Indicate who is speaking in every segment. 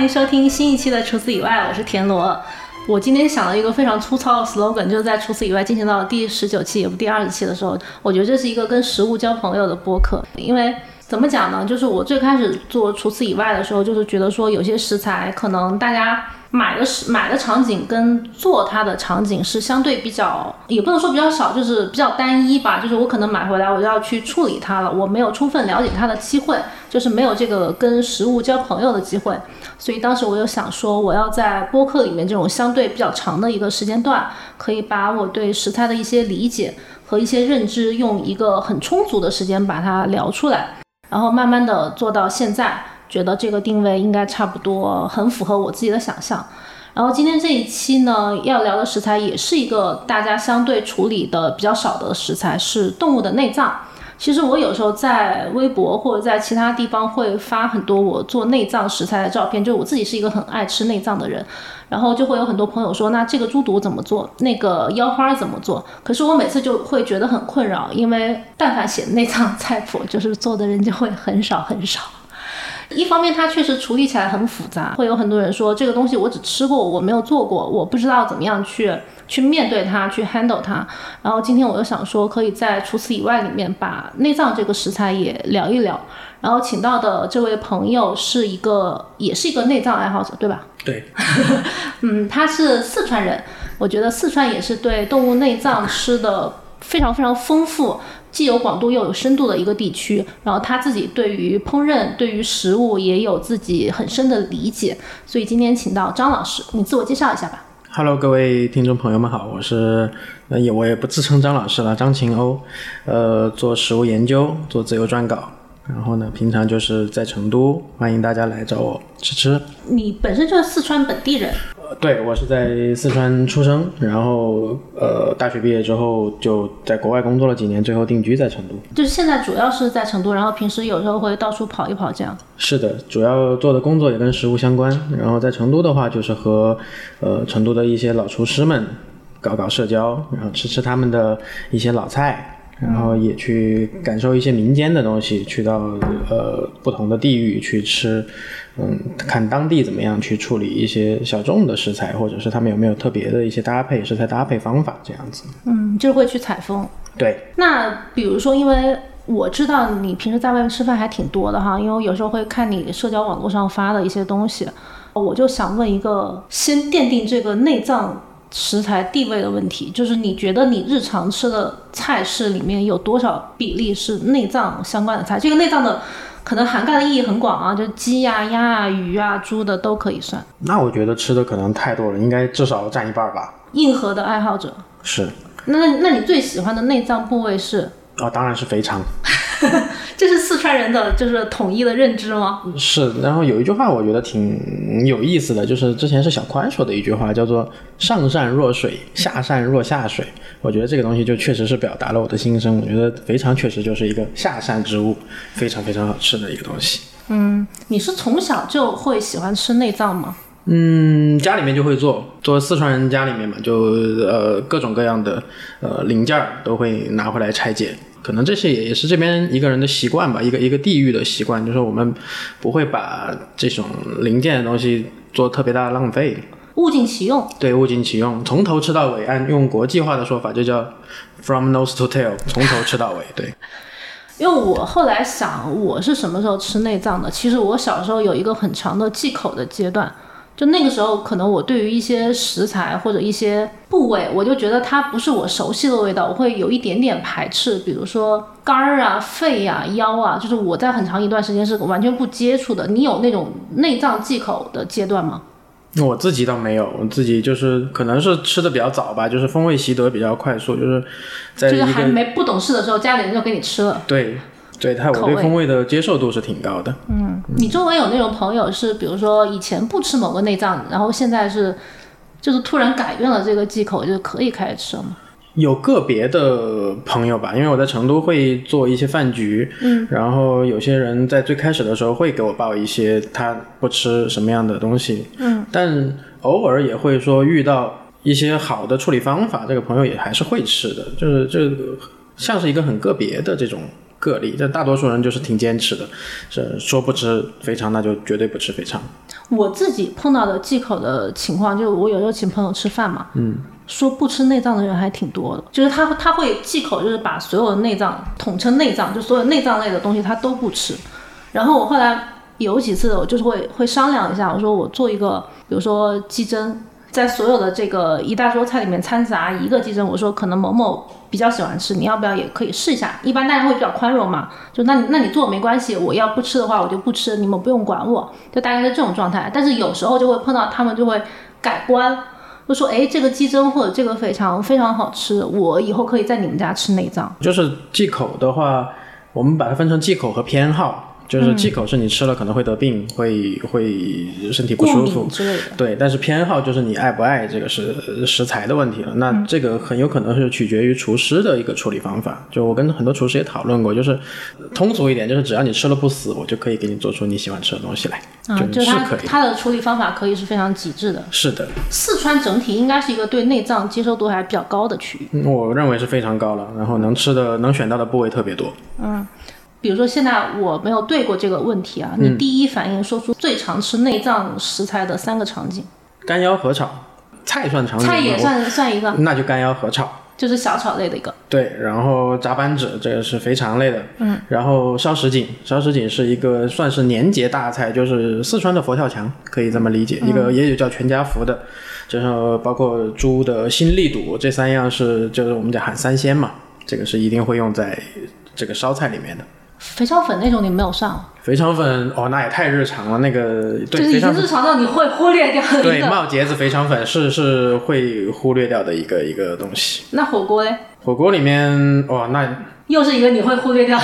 Speaker 1: 迎收听新一期的《除此以外》，我是田螺。我今天想了一个非常粗糙的 slogan，就是在除此以外进行到第十九期，也不第二十期的时候，我觉得这是一个跟食物交朋友的播客，因为。怎么讲呢？就是我最开始做除此以外的时候，就是觉得说有些食材可能大家买的时买的场景跟做它的场景是相对比较，也不能说比较少，就是比较单一吧。就是我可能买回来我就要去处理它了，我没有充分了解它的机会，就是没有这个跟食物交朋友的机会。所以当时我就想说，我要在播客里面这种相对比较长的一个时间段，可以把我对食材的一些理解和一些认知，用一个很充足的时间把它聊出来。然后慢慢的做到现在，觉得这个定位应该差不多，很符合我自己的想象。然后今天这一期呢，要聊的食材也是一个大家相对处理的比较少的食材，是动物的内脏。其实我有时候在微博或者在其他地方会发很多我做内脏食材的照片，就我自己是一个很爱吃内脏的人，然后就会有很多朋友说，那这个猪肚怎么做，那个腰花怎么做？可是我每次就会觉得很困扰，因为但凡写内脏菜谱， 就是做的人就会很少很少。一方面，它确实处理起来很复杂，会有很多人说这个东西我只吃过，我没有做过，我不知道怎么样去去面对它，去 handle 它。然后今天我又想说，可以在除此以外里面把内脏这个食材也聊一聊。然后请到的这位朋友是一个，也是一个内脏爱好者，对吧？
Speaker 2: 对，
Speaker 1: 嗯，他是四川人，我觉得四川也是对动物内脏吃的非常非常丰富，既有广度又有深度的一个地区。然后他自己对于烹饪、对于食物也有自己很深的理解，所以今天请到张老师，你自我介绍一下吧。
Speaker 2: Hello，各位听众朋友们好，我是呃也我也不自称张老师了，张秦欧，呃，做食物研究，做自由撰稿，然后呢，平常就是在成都，欢迎大家来找我吃吃。
Speaker 1: 你本身就是四川本地人，
Speaker 2: 呃对我是在四川出生，然后呃大学毕业之后就在国外工作了几年，最后定居在成都。
Speaker 1: 就是现在主要是在成都，然后平时有时候会到处跑一跑这样。
Speaker 2: 是的，主要做的工作也跟食物相关，然后在成都的话就是和呃成都的一些老厨师们搞搞社交，然后吃吃他们的一些老菜。然后也去感受一些民间的东西，去到呃不同的地域去吃，嗯，看当地怎么样去处理一些小众的食材，或者是他们有没有特别的一些搭配食材搭配方法这样子。
Speaker 1: 嗯，就是会去采风。
Speaker 2: 对，
Speaker 1: 那比如说，因为我知道你平时在外面吃饭还挺多的哈，因为我有时候会看你社交网络上发的一些东西，我就想问一个先奠定这个内脏食材地位的问题，就是你觉得你日常吃的菜式里面有多少比例是内脏相关的菜？这个内脏的可能涵盖的意义很广啊，就鸡呀、鸭啊、鱼啊、猪的都可以算。
Speaker 2: 那我觉得吃的可能太多了，应该至少占一半儿吧。
Speaker 1: 硬核的爱好者，
Speaker 2: 是，
Speaker 1: 那那你最喜欢的内脏部位是？
Speaker 2: 哦，当然是肥肠。
Speaker 1: 这是四川人的就是统一的认知吗？
Speaker 2: 是，然后有一句话我觉得挺有意思的，就是之前是小宽说的一句话，叫做“上善若水，下善若下水”。我觉得这个东西就确实是表达了我的心声。我觉得肥肠确实就是一个下善之物，非常非常好吃的一个东西。
Speaker 1: 你是从小就会喜欢吃内脏吗？
Speaker 2: 嗯，家里面就会做，做四川人家里面嘛，就呃各种各样的呃零件儿都会拿回来拆解。可能这是也也是这边一个人的习惯吧，一个一个地域的习惯，就是我们不会把这种零件的东西做特别大的浪费，
Speaker 1: 物尽其用，
Speaker 2: 对，物尽其用，从头吃到尾，按用国际化的说法就叫 from nose to tail，从头吃到尾，对。
Speaker 1: 因为我后来想，我是什么时候吃内脏的？其实我小时候有一个很长的忌口的阶段，就那个时候，可能我对于一些食材或者一些部位，我就觉得它不是我熟悉的味道，我会有一点点排斥。比如说肝儿啊、肺啊、腰啊，就是我在很长一段时间是完全不接触的。你有那种内脏忌口的阶段吗？
Speaker 2: 我自己倒没有，我自己就是可能是吃的比较早吧，就是风味习得比较快速，就是在
Speaker 1: 就是
Speaker 2: 一
Speaker 1: 还
Speaker 2: 个
Speaker 1: 没不懂事的时候，家里人就给你吃了。
Speaker 2: 对对，它我
Speaker 1: 口
Speaker 2: 对
Speaker 1: 味
Speaker 2: 风味的接受度是挺高的。
Speaker 1: 你周围有那种朋友是，比如说以前不吃某个内脏，然后现在是，就是突然改变了这个忌口，就可以开始吃了吗？
Speaker 2: 有个别的朋友吧，因为我在成都会做一些饭局，嗯，然后有些人在最开始的时候会给我报一些他不吃什么样的东西，嗯，但偶尔也会说遇到一些好的处理方法，这个朋友也还是会吃的，就是这个像是一个很个别的这种个例，但大多数人就是挺坚持的，是说不吃肥肠那就绝对不吃肥肠。
Speaker 1: 我自己碰到的忌口的情况，就是我有时候请朋友吃饭嘛，嗯，说不吃内脏的人还挺多的，就是他他会忌口，就是把所有的内脏统称内脏，就所有内脏类的东西他都不吃。然后我后来有几次我就是会会商量一下，我说我做一个，比如说鸡胗，在所有的这个一大桌菜里面掺杂一个鸡胗，我说可能某某比较喜欢吃，你要不要也可以试一下？一般大家会比较宽容嘛，就那你那你做没关系，我要不吃的话我就不吃，你们不用管我，就大概是这种状态。但是有时候就会碰到他们就会改观，就说哎这个鸡胗或者这个肥肠非常好吃，我以后可以在你们家吃内脏。
Speaker 2: 就是忌口的话，我们把它分成忌口和偏好。
Speaker 1: 嗯
Speaker 2: 就是忌口是你吃了可能会得病，会会身体不舒
Speaker 1: 过
Speaker 2: 服
Speaker 1: 敏之类的
Speaker 2: 对，但是偏好就是你爱不爱这个是呃食材的问题了。那
Speaker 1: 嗯
Speaker 2: 这个很有可能是取决于厨师的一个处理方法。就我跟很多厨师也讨论过，就是通俗一点，就是只要你吃了不死，我就可以给你做出你喜欢吃的东西来，
Speaker 1: 啊，
Speaker 2: 就
Speaker 1: 就是它
Speaker 2: 嗯可以。
Speaker 1: 它的处理方法可以是非常极致的。
Speaker 2: 是的，
Speaker 1: 四川整体应该是一个对内脏接受度还比较高的区域。
Speaker 2: 嗯我认为是非常高了。然后能吃的、能选到的部位特别多。
Speaker 1: 比如说，现在我没有对过这个问题
Speaker 2: 嗯
Speaker 1: 啊，你第一反应说出最常吃内脏食材的三个场景，
Speaker 2: 干腰合炒，菜算常
Speaker 1: 菜
Speaker 2: 见
Speaker 1: 也
Speaker 2: 吗
Speaker 1: 算算一个，
Speaker 2: 那就干腰合炒。
Speaker 1: 就是小炒类的一个。
Speaker 2: 对，然后炸扳指这个是肥肠类的，嗯，然后烧什锦，烧什锦是一个算是年节大菜，就是四川的佛跳墙，可以这么理解，
Speaker 1: 嗯
Speaker 2: 一个也有叫全家福的，就是包括猪的心力肚这三样是就是我们讲喊三鲜嘛，这个是一定会用在这个烧菜里面的。
Speaker 1: 肥肠粉那种你没有上啊，
Speaker 2: 肥肠粉哦，那也太日常了，那个
Speaker 1: 就
Speaker 2: 对
Speaker 1: 是
Speaker 2: 肥
Speaker 1: 已经
Speaker 2: 肠粉
Speaker 1: 日常到你会忽略掉 的一
Speaker 2: 对
Speaker 1: 个。
Speaker 2: 冒茄子肥肠粉是是会忽略掉的一个一个东西。
Speaker 1: 那火锅嘞，
Speaker 2: 火锅里面哦，那
Speaker 1: 又是一个你会忽略掉，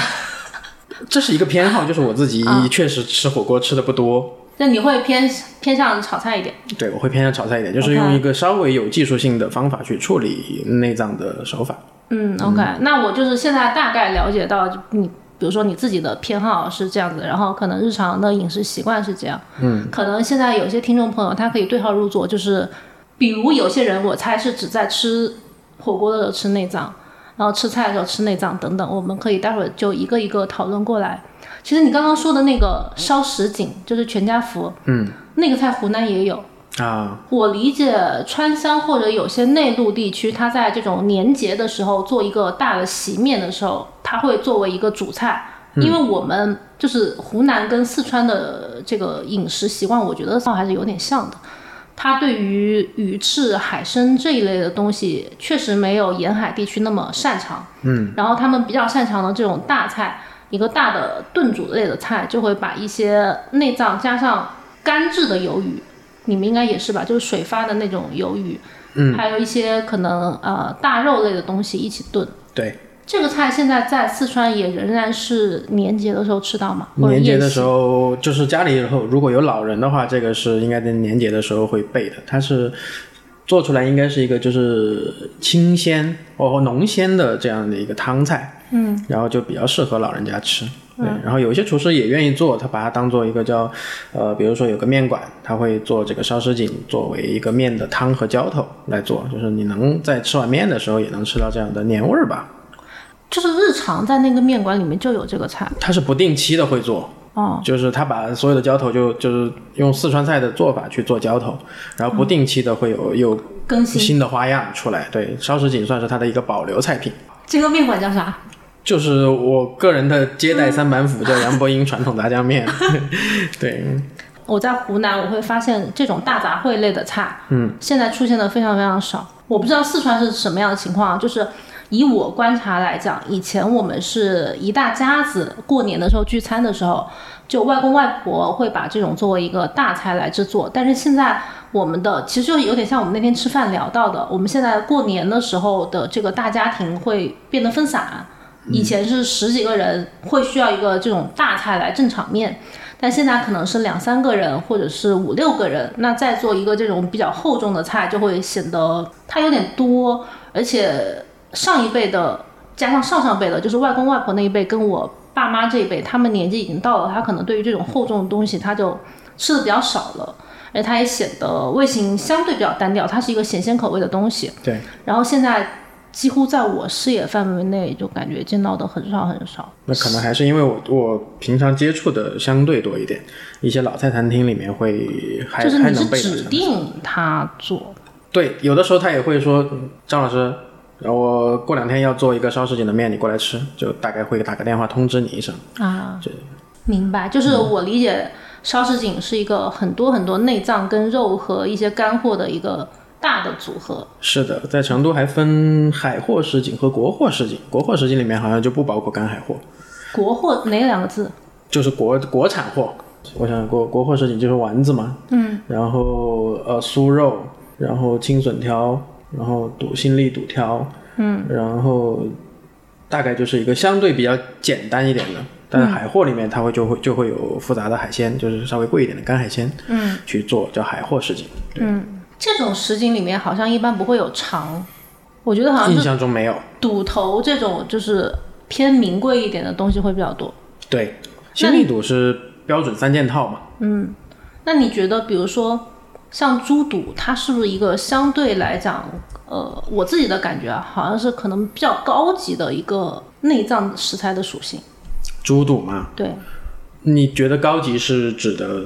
Speaker 2: 这是一个偏好，就是我自己确实吃火锅吃的不多，
Speaker 1: 那你会偏偏向炒菜一点。
Speaker 2: 对我会偏向炒菜一点，就是用一个稍微有技术性的方法去处理内脏的手法。
Speaker 1: 嗯，OK，那我就是现在大概了解到就你，比如说你自己的偏好是这样子，然后可能日常的饮食习惯是这样。嗯，可能现在有些听众朋友他可以对号入座，就是比如有些人我猜是只在吃火锅的时候吃内脏，然后吃菜的时候吃内脏等等，我们可以待会儿就一个一个讨论过来。其实你刚刚说的那个烧什锦，就是全家福，嗯，那个在湖南也有。
Speaker 2: 啊，
Speaker 1: 我理解川湘或者有些内陆地区，它在这种年节的时候做一个大的席面的时候，它会作为一个主菜。因为我们就是湖南跟四川的这个饮食习惯，我觉得还是有点像的。它对于鱼翅、海参这一类的东西，确实没有沿海地区那么擅长。嗯，然后他们比较擅长的这种大菜，一个大的炖煮类的菜，就会把一些内脏加上干制的鱿鱼，你们应该也是吧？就是水发的那种鱿鱼，嗯，还有一些可能呃大肉类的东西一起炖。
Speaker 2: 对，
Speaker 1: 这个菜现在在四川也仍然是年节的时候吃到嘛，或者
Speaker 2: 年节
Speaker 1: 宴
Speaker 2: 的
Speaker 1: 席
Speaker 2: 时候就是家里以后如果有老人的话，这个是应该在年节的时候会备的，它是。做出来应该是一个就是清鲜哦浓鲜的这样的一个汤菜，嗯，然后就比较适合老人家吃。
Speaker 1: 嗯
Speaker 2: 对，然后有一些厨师也愿意做，他把它当做一个叫，呃，比如说有个面馆，他会做这个烧什锦作为一个面的汤和浇头来做，就是你能在吃碗面的时候也能吃到这样的年味儿吧。
Speaker 1: 就是日常在那个面馆里面就有这个菜
Speaker 2: 它是不定期的会做，
Speaker 1: 哦，
Speaker 2: 就是他把所有的浇头就就是用四川菜的做法去做浇头，然后不定期的会有有
Speaker 1: 更新。
Speaker 2: 新的花样出来。对，烧什锦算是它的一个保留菜品。
Speaker 1: 这个面馆叫啥？
Speaker 2: 就是我个人的接待三板斧叫杨伯英传统炸酱面， 对，
Speaker 1: 我在湖南，我会发现这种大杂烩类的菜，嗯，现在出现的非常非常少。我不知道四川是什么样的情况啊，就是以我观察来讲，以前我们是一大家子过年的时候聚餐的时候，就外公外婆会把这种作为一个大菜来制作，但是现在我们的其实就有点像我们那天吃饭聊到的，我们现在过年的时候的这个大家庭会变得分散。以前是十几个人会需要一个这种大菜来镇场面，但现在可能是两三个人或者是五六个人，那再做一个这种比较厚重的菜，就会显得它有点多，而且上一辈的加上上上辈的，就是外公外婆那一辈跟我爸妈这一辈，他们年纪已经到了，他可能对于这种厚重的东西，他就吃的比较少了。而它也显得味型相对比较单调，它是一个咸鲜口味的东西。
Speaker 2: 对，
Speaker 1: 然后现在几乎在我视野范围内，就感觉见到的很少很少。
Speaker 2: 那可能还是因为我我平常接触的相对多一点，一些老菜餐厅里面会还
Speaker 1: 就是
Speaker 2: 还
Speaker 1: 你
Speaker 2: 能
Speaker 1: 是
Speaker 2: 被
Speaker 1: 指定他做，
Speaker 2: 对，有的时候他也会说嗯张老师，然后我过两天要做一个烧什锦的面，你过来吃，就大概会打个电话通知你一声。
Speaker 1: 啊
Speaker 2: 对，
Speaker 1: 明白，就是我理解烧什锦是一个很多很多内脏跟肉和一些干货的一个大的组合。
Speaker 2: 是的，在成都还分海货什锦和国货什锦，国货什锦里面好像就不包括干海货，
Speaker 1: 国货哪两个字？
Speaker 2: 就是国国产货。我想国国货什锦就是丸子嘛，嗯，然后呃酥肉，然后青笋条，然后肚心粒肚条，嗯，然后大概就是一个相对比较简单一点的，但是海货里面它会就会就会有复杂的海鲜，就是稍微贵一点的干海鲜，嗯，去做叫海货什锦，
Speaker 1: 这种什锦里面好像一般不会有肠，我觉得好像
Speaker 2: 印
Speaker 1: 是
Speaker 2: 象中没有。
Speaker 1: 肚头这种就是偏名贵一点的东西会比较多。
Speaker 2: 对，新密肚是标准三件套嘛，
Speaker 1: 那你觉得，比如说像猪肚，它是不是一个相对来讲，呃，我自己的感觉啊，好像是可能比较高级的一个内脏食材的属性？
Speaker 2: 猪肚嘛，
Speaker 1: 对，
Speaker 2: 你觉得高级是指的，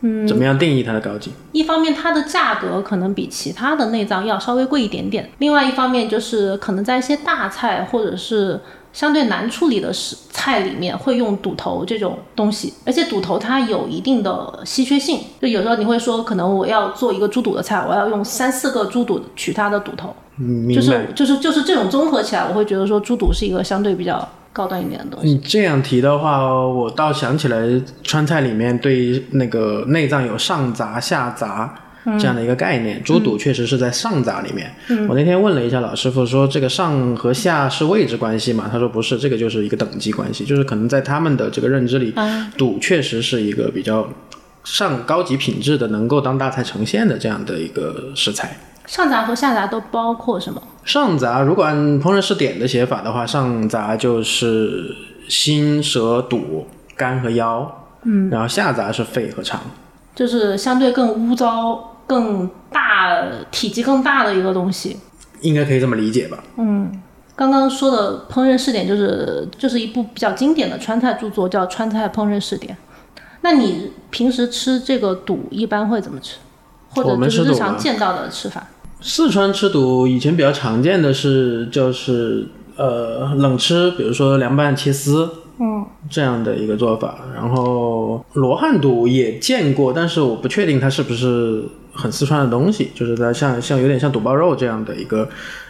Speaker 2: 嗯，怎么样定义它的高级？
Speaker 1: 一方面它的价格可能比其他的内脏要稍微贵一点点，另外一方面就是可能在一些大菜或者是相对难处理的食菜里面会用肚头这种东西，而且肚头它有一定的稀缺性，就有时候你会说，可能我要做一个猪肚的菜，我要用三四个猪肚取它的肚头，
Speaker 2: 嗯明
Speaker 1: 就
Speaker 2: 白。
Speaker 1: 是就是就是这种综合起来，我会觉得说猪肚是一个相对比较高端一点的东西。
Speaker 2: 你这样提的话，我倒想起来川菜里面对那个内脏有上杂下杂
Speaker 1: 嗯
Speaker 2: 这样的一个概念，猪肚确实是在上杂里面。我那天问了一下老师傅，说这个上和下是位置关系嘛？他说不是，这个就是一个等级关系，就是可能在他们的这个认知里，
Speaker 1: 啊
Speaker 2: 肚确实是一个比较上高级品质的，能够当大菜呈现的这样的一个食材。
Speaker 1: 上杂和下杂都包括什么？
Speaker 2: 上杂如果按烹饪试点的写法的话，上杂就是心、舌、肚、肝和腰，嗯，然后下杂是肺和肠，
Speaker 1: 就是相对更污糟、更大、体积更大的一个东西。
Speaker 2: 应该可以这么理解吧？
Speaker 1: 刚刚说的烹饪试点就是就是一部比较经典的川菜著作，叫《川菜烹饪试点》。那你平时吃这个肚一般会怎么吃？或者
Speaker 2: 我们
Speaker 1: 就是
Speaker 2: 吃肚
Speaker 1: 日
Speaker 2: 吗
Speaker 1: 常见到的吃法？
Speaker 2: 四川吃肚以前比较常见的是就是呃冷吃，比如说凉拌切丝，嗯，这样的一个做法。然后罗汉肚也见过，但是我不确定它是不是很四川的东西，就是它像像有点像肚包肉这样的一个，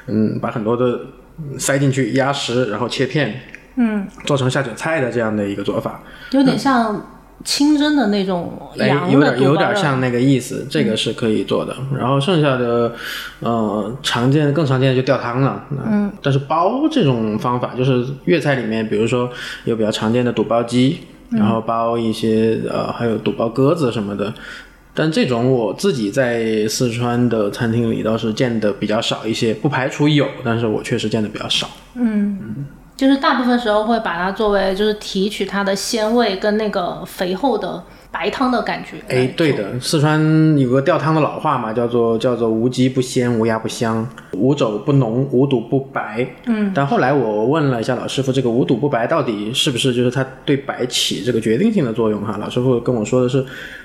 Speaker 2: 嗯，把很多的嗯塞进去压实，然后切片，嗯，做成下酒菜的这样的一个做法。
Speaker 1: 有点像清蒸的那种
Speaker 2: 嗯哎
Speaker 1: 羊，
Speaker 2: 有
Speaker 1: 的嗯
Speaker 2: 点
Speaker 1: 肚
Speaker 2: 有
Speaker 1: 包
Speaker 2: 点
Speaker 1: 肉。
Speaker 2: 像那个意思，这个是可以做的。然后剩下的，呃，常见更常见的就吊汤了。嗯，但是煲这种方法，就是粤菜里面，比如说有比较常见的肚包鸡，然
Speaker 1: 嗯
Speaker 2: 后煲一些呃，还有肚包鸽子什么的。但这种我自己在四川的餐厅里倒是见的比较少一些，不排除有，但是我确实见的比较少。
Speaker 1: 就是大部分时候会把它作为就是提取它的鲜味跟那个肥厚的白汤的感觉来做。
Speaker 2: 哎，对的，四川有个吊汤的老话嘛，叫做叫做无鸡不鲜，无鸭不香，无肘不浓，无肚不白。嗯，但后来我问了一下老师傅，这个无肚不白到底是不是就是它对白起这个决定性的作用哈？老师傅跟我说的是，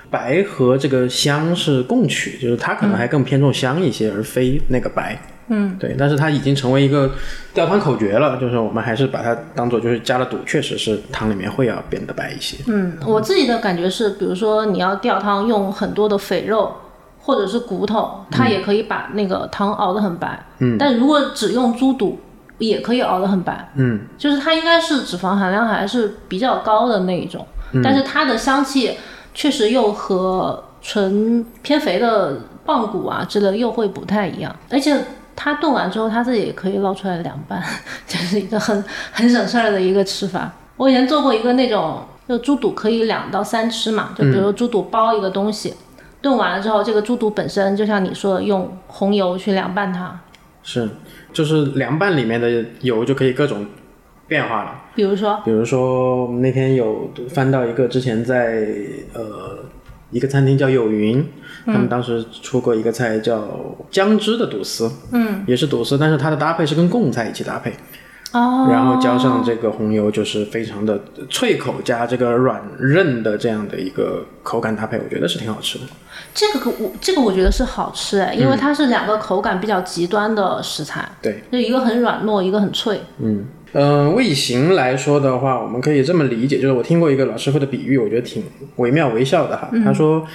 Speaker 2: 白和这个香是共取，就是它可能还更偏重香一些，而非那个白。嗯，对，但是它已经成为一个吊汤口诀了，就是我们还是把它当做就是加了肚，确实是汤里面会要变得白一些。
Speaker 1: 嗯，我自己的感觉是，比如说你要吊汤，用很多的肥肉或者是骨头，它也可以把那个汤熬得很白。嗯，但如果只用猪肚，也可以熬得很白。
Speaker 2: 嗯，
Speaker 1: 就是它应该是脂肪含量还是比较高的那一种，但是它的香气确实又和纯偏肥的棒骨啊之类又会不太一样，而且。它炖完之后，它自己也可以捞出来凉拌， 就是一个很很省事儿的一个吃法。我以前做过一个那种，就猪肚可以两到三吃嘛，就比如猪肚包一个东西，炖完了之后，这个猪肚本身就像你说的，用红油去凉拌它，
Speaker 2: 是，就是凉拌里面的油就可以各种变化了。
Speaker 1: 比如说
Speaker 2: 比如说，我们那天有翻到一个之前在呃一个餐厅叫有云，他们当时出过一个菜叫姜汁的肚丝，嗯，也是肚丝，但是它的搭配是跟贡菜一起搭配，
Speaker 1: 哦，
Speaker 2: 然后浇上这个红油，就是非常的脆口加这个软韧的这样的一个口感搭配，我觉得是挺好吃的。
Speaker 1: 这个可我这个我觉得是好吃哎，因为它是两个口感比较极端的食材，
Speaker 2: 对，
Speaker 1: 就一个很软糯，一个很脆。
Speaker 2: 嗯嗯、呃味型来说的话，我们可以这么理解，就是我听过一个老师傅的比喻，我觉得挺惟妙惟肖的哈。他说，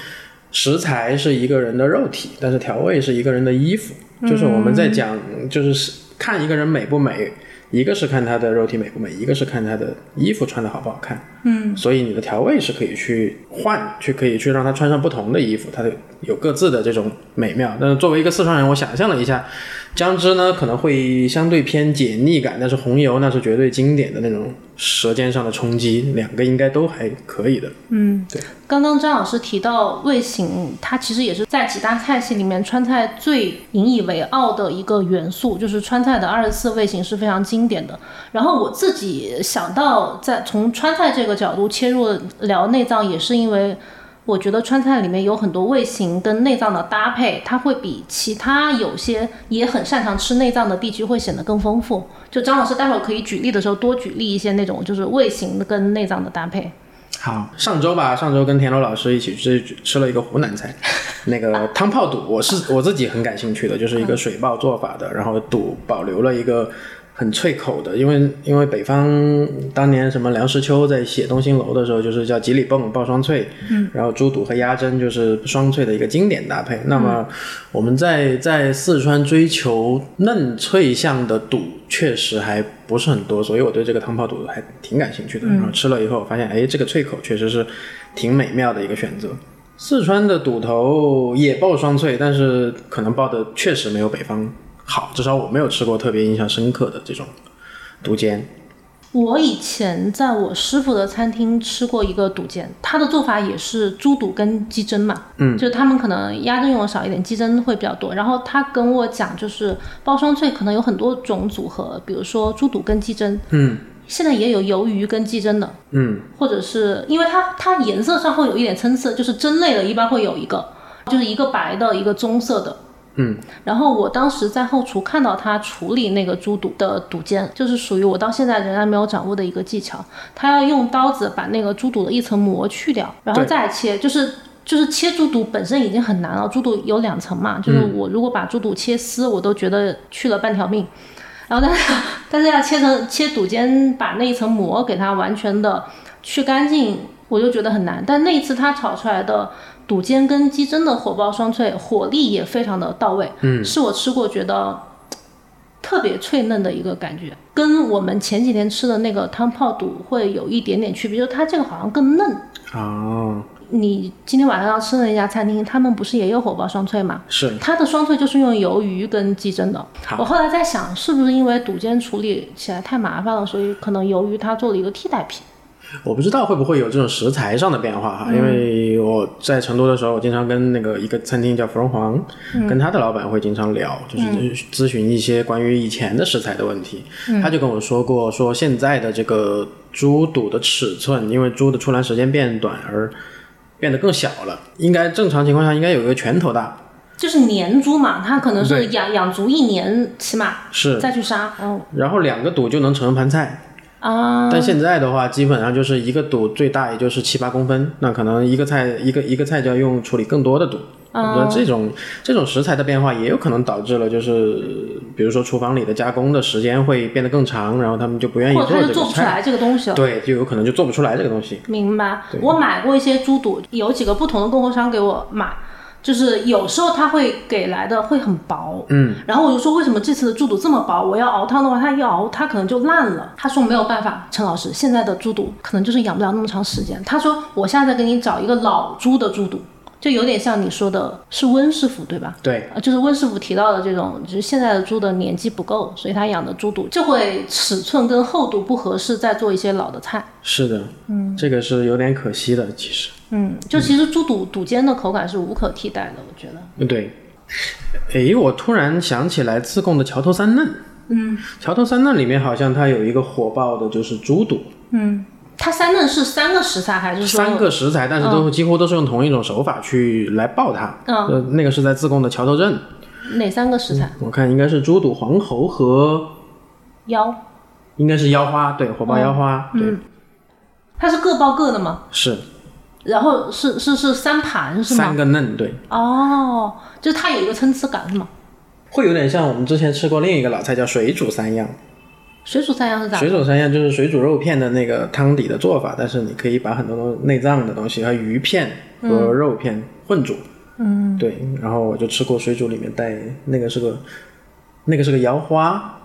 Speaker 2: 食材是一个人的肉体，但是调味是一个人的衣服。就是我们在讲，就是是看一个人美不美，一个是看他的肉体美不美，一个是看他的衣服穿的好不好看。嗯，所以你的调味是可以去换，去可以去让他穿上不同的衣服，它的有各自的这种美妙。但是作为一个四川人，我想象了一下，姜汁呢可能会相对偏解腻感，但是红油那是绝对经典的那种舌尖上的冲击，两个应该都还可以的。
Speaker 1: 刚刚张老师提到味型，它其实也是在几大菜系里面川菜最引以为傲的一个元素，就是川菜的二十四味型是非常经典的。然后我自己想到在从川菜这个角度切入聊内脏，也是因为我觉得川菜里面有很多味型跟内脏的搭配，它会比其他有些也很擅长吃内脏的地区会显得更丰富。就张老师待会儿可以举例的时候多举例一些那种就是味型的跟内脏的搭配。
Speaker 2: 好，上周吧，上周跟田螺老师一起去吃了一个湖南 菜，那个汤泡肚，我是我自己很感兴趣的，就是一个水爆做法的，然后肚保留了一个很脆口的，因为因为北方当年什么梁实秋在写东兴楼的时候，就是叫几里泵爆双脆，嗯，然后猪肚和鸭胗就是双脆的一个经典搭配。那么我们在在四川追求嫩脆向的肚确实还不是很多，所以我对这个汤泡肚还挺感兴趣的。然后吃了以后发现，哎，这个脆口确实是挺美妙的一个选择。四川的肚头也爆双脆，但是可能爆的确实没有北方好，至少我没有吃过特别印象深刻的这种肚尖。
Speaker 1: 我以前在我师傅的餐厅吃过一个肚煎，他的做法也是猪肚跟鸡胗嘛，嗯，就他们可能鸭胗用的少一点，鸡胗会比较多。然后他跟我讲，就是包双脆可能有很多种组合，比如说猪肚跟鸡胗，
Speaker 2: 嗯，
Speaker 1: 现在也有鱿鱼跟鸡胗的，
Speaker 2: 嗯，
Speaker 1: 或者是因为它它颜色上会有一点参差，就是胗类的一般会有一个，就是一个白的，一个棕色的，然后我当时在后厨看到他处理那个猪肚的肚尖，就是属于我到现在仍然没有掌握的一个技巧。他要用刀子把那个猪肚的一层膜去掉，然后
Speaker 2: 对
Speaker 1: 再切，就是。就是切猪肚本身已经很难了，猪肚有两层嘛，就是我如果把猪肚切丝，我都觉得去了半条命。然后但是但是要切成切肚尖，把那一层膜给它完全的去干净，我就觉得很难。但那一次他炒出来的肚尖跟鸡胗的火爆双脆，火力也非常的到位，嗯，是我吃过觉得特别脆嫩的一个感觉，跟我们前几天吃的那个汤泡肚会有一点点区别，就是它这个好像更嫩。
Speaker 2: 哦，
Speaker 1: 你今天晚上要吃的那家餐厅，他们不是也有火爆双脆吗？
Speaker 2: 是
Speaker 1: 它的双脆就是用鱿鱼跟鸡胗的。我后来在想，是不是因为肚尖处理起来太麻烦了，所以可能鱿鱼它做了一个替代品。
Speaker 2: 我不知道会不会有这种食材上的变化哈，因为我在成都的时候，我经常跟那个一个餐厅叫芙蓉皇，跟他的老板会经常聊，就是咨询一些关于以前的食材的问题。他就跟我说过，说现在的这个猪肚的尺寸，因为猪的出栏时间变短而变得更小了，应该正常情况下应该有一个拳头大，
Speaker 1: 就是年猪嘛，它可能是
Speaker 2: 对
Speaker 1: 养养足一年，起码
Speaker 2: 是，
Speaker 1: 再去杀。嗯
Speaker 2: 然后两个肚就能盛一盘菜。
Speaker 1: 啊，
Speaker 2: 但现在的话，基本上就是一个肚最大也就是七八公分，那可能一个菜一个一个菜就要用处理更多的肚。那这
Speaker 1: 哦
Speaker 2: 种这种食材的变化也有可能导致了，就是比如说厨房里的加工的时间会变得更长，然后他们就不愿意
Speaker 1: 或者
Speaker 2: 做
Speaker 1: 它
Speaker 2: 这
Speaker 1: 就做
Speaker 2: 个
Speaker 1: 不出
Speaker 2: 菜，
Speaker 1: 来这个东西了。
Speaker 2: 对，就有可能就做不出来这个东西。
Speaker 1: 明白。我买过一些猪肚，有几个不同的供货商给我买，就是有时候他会给来的会很薄，嗯，然后我就说为什么这次的猪肚这么薄？我要熬汤的话，它一熬它可能就烂了。他说没有办法，陈老师现在的猪肚可能就是养不了那么长时间。他说我现在再给你找一个老猪的猪肚，就有点像你说的是温师傅对吧？
Speaker 2: 对，
Speaker 1: 呃，就是温师傅提到的这种，就是现在的猪的年纪不够，所以他养的猪肚就会尺寸跟厚度不合适，再做一些老的菜。
Speaker 2: 是的，嗯，这个是有点可惜的，其实。
Speaker 1: 嗯，就其实猪肚肚尖的口感是无可替代的，我觉得。
Speaker 2: 嗯，对。诶，我突然想起来自贡的桥头三嫩，嗯，桥头三嫩里面好像它有一个火爆的，就是猪肚，
Speaker 1: 嗯，它三嫩是三个食材还是说
Speaker 2: 三个食材，但是都几乎都是用同一种手法去来爆它。
Speaker 1: 嗯
Speaker 2: 呃，那个是在自贡的桥头镇，
Speaker 1: 哪三个食材？
Speaker 2: 我看应该是猪肚、黄喉和嗯
Speaker 1: 腰，
Speaker 2: 应该是腰花，对，火爆腰花，
Speaker 1: 嗯
Speaker 2: 对，
Speaker 1: 它是各包各的吗？
Speaker 2: 是
Speaker 1: 然后是是是三盘是吗
Speaker 2: 三？个嫩，对，
Speaker 1: 哦，就它有一个参差感是吗？
Speaker 2: 会有点像我们之前吃过另一个老菜叫水煮三样，
Speaker 1: 水煮三样是咋？
Speaker 2: 水煮三样就是水煮肉片的那个汤底的做法，但是你可以把很多东内脏的东西和鱼片
Speaker 1: 嗯
Speaker 2: 和肉片混煮。嗯，对，然后我就吃过水煮里面带那个是个那个是个腰花，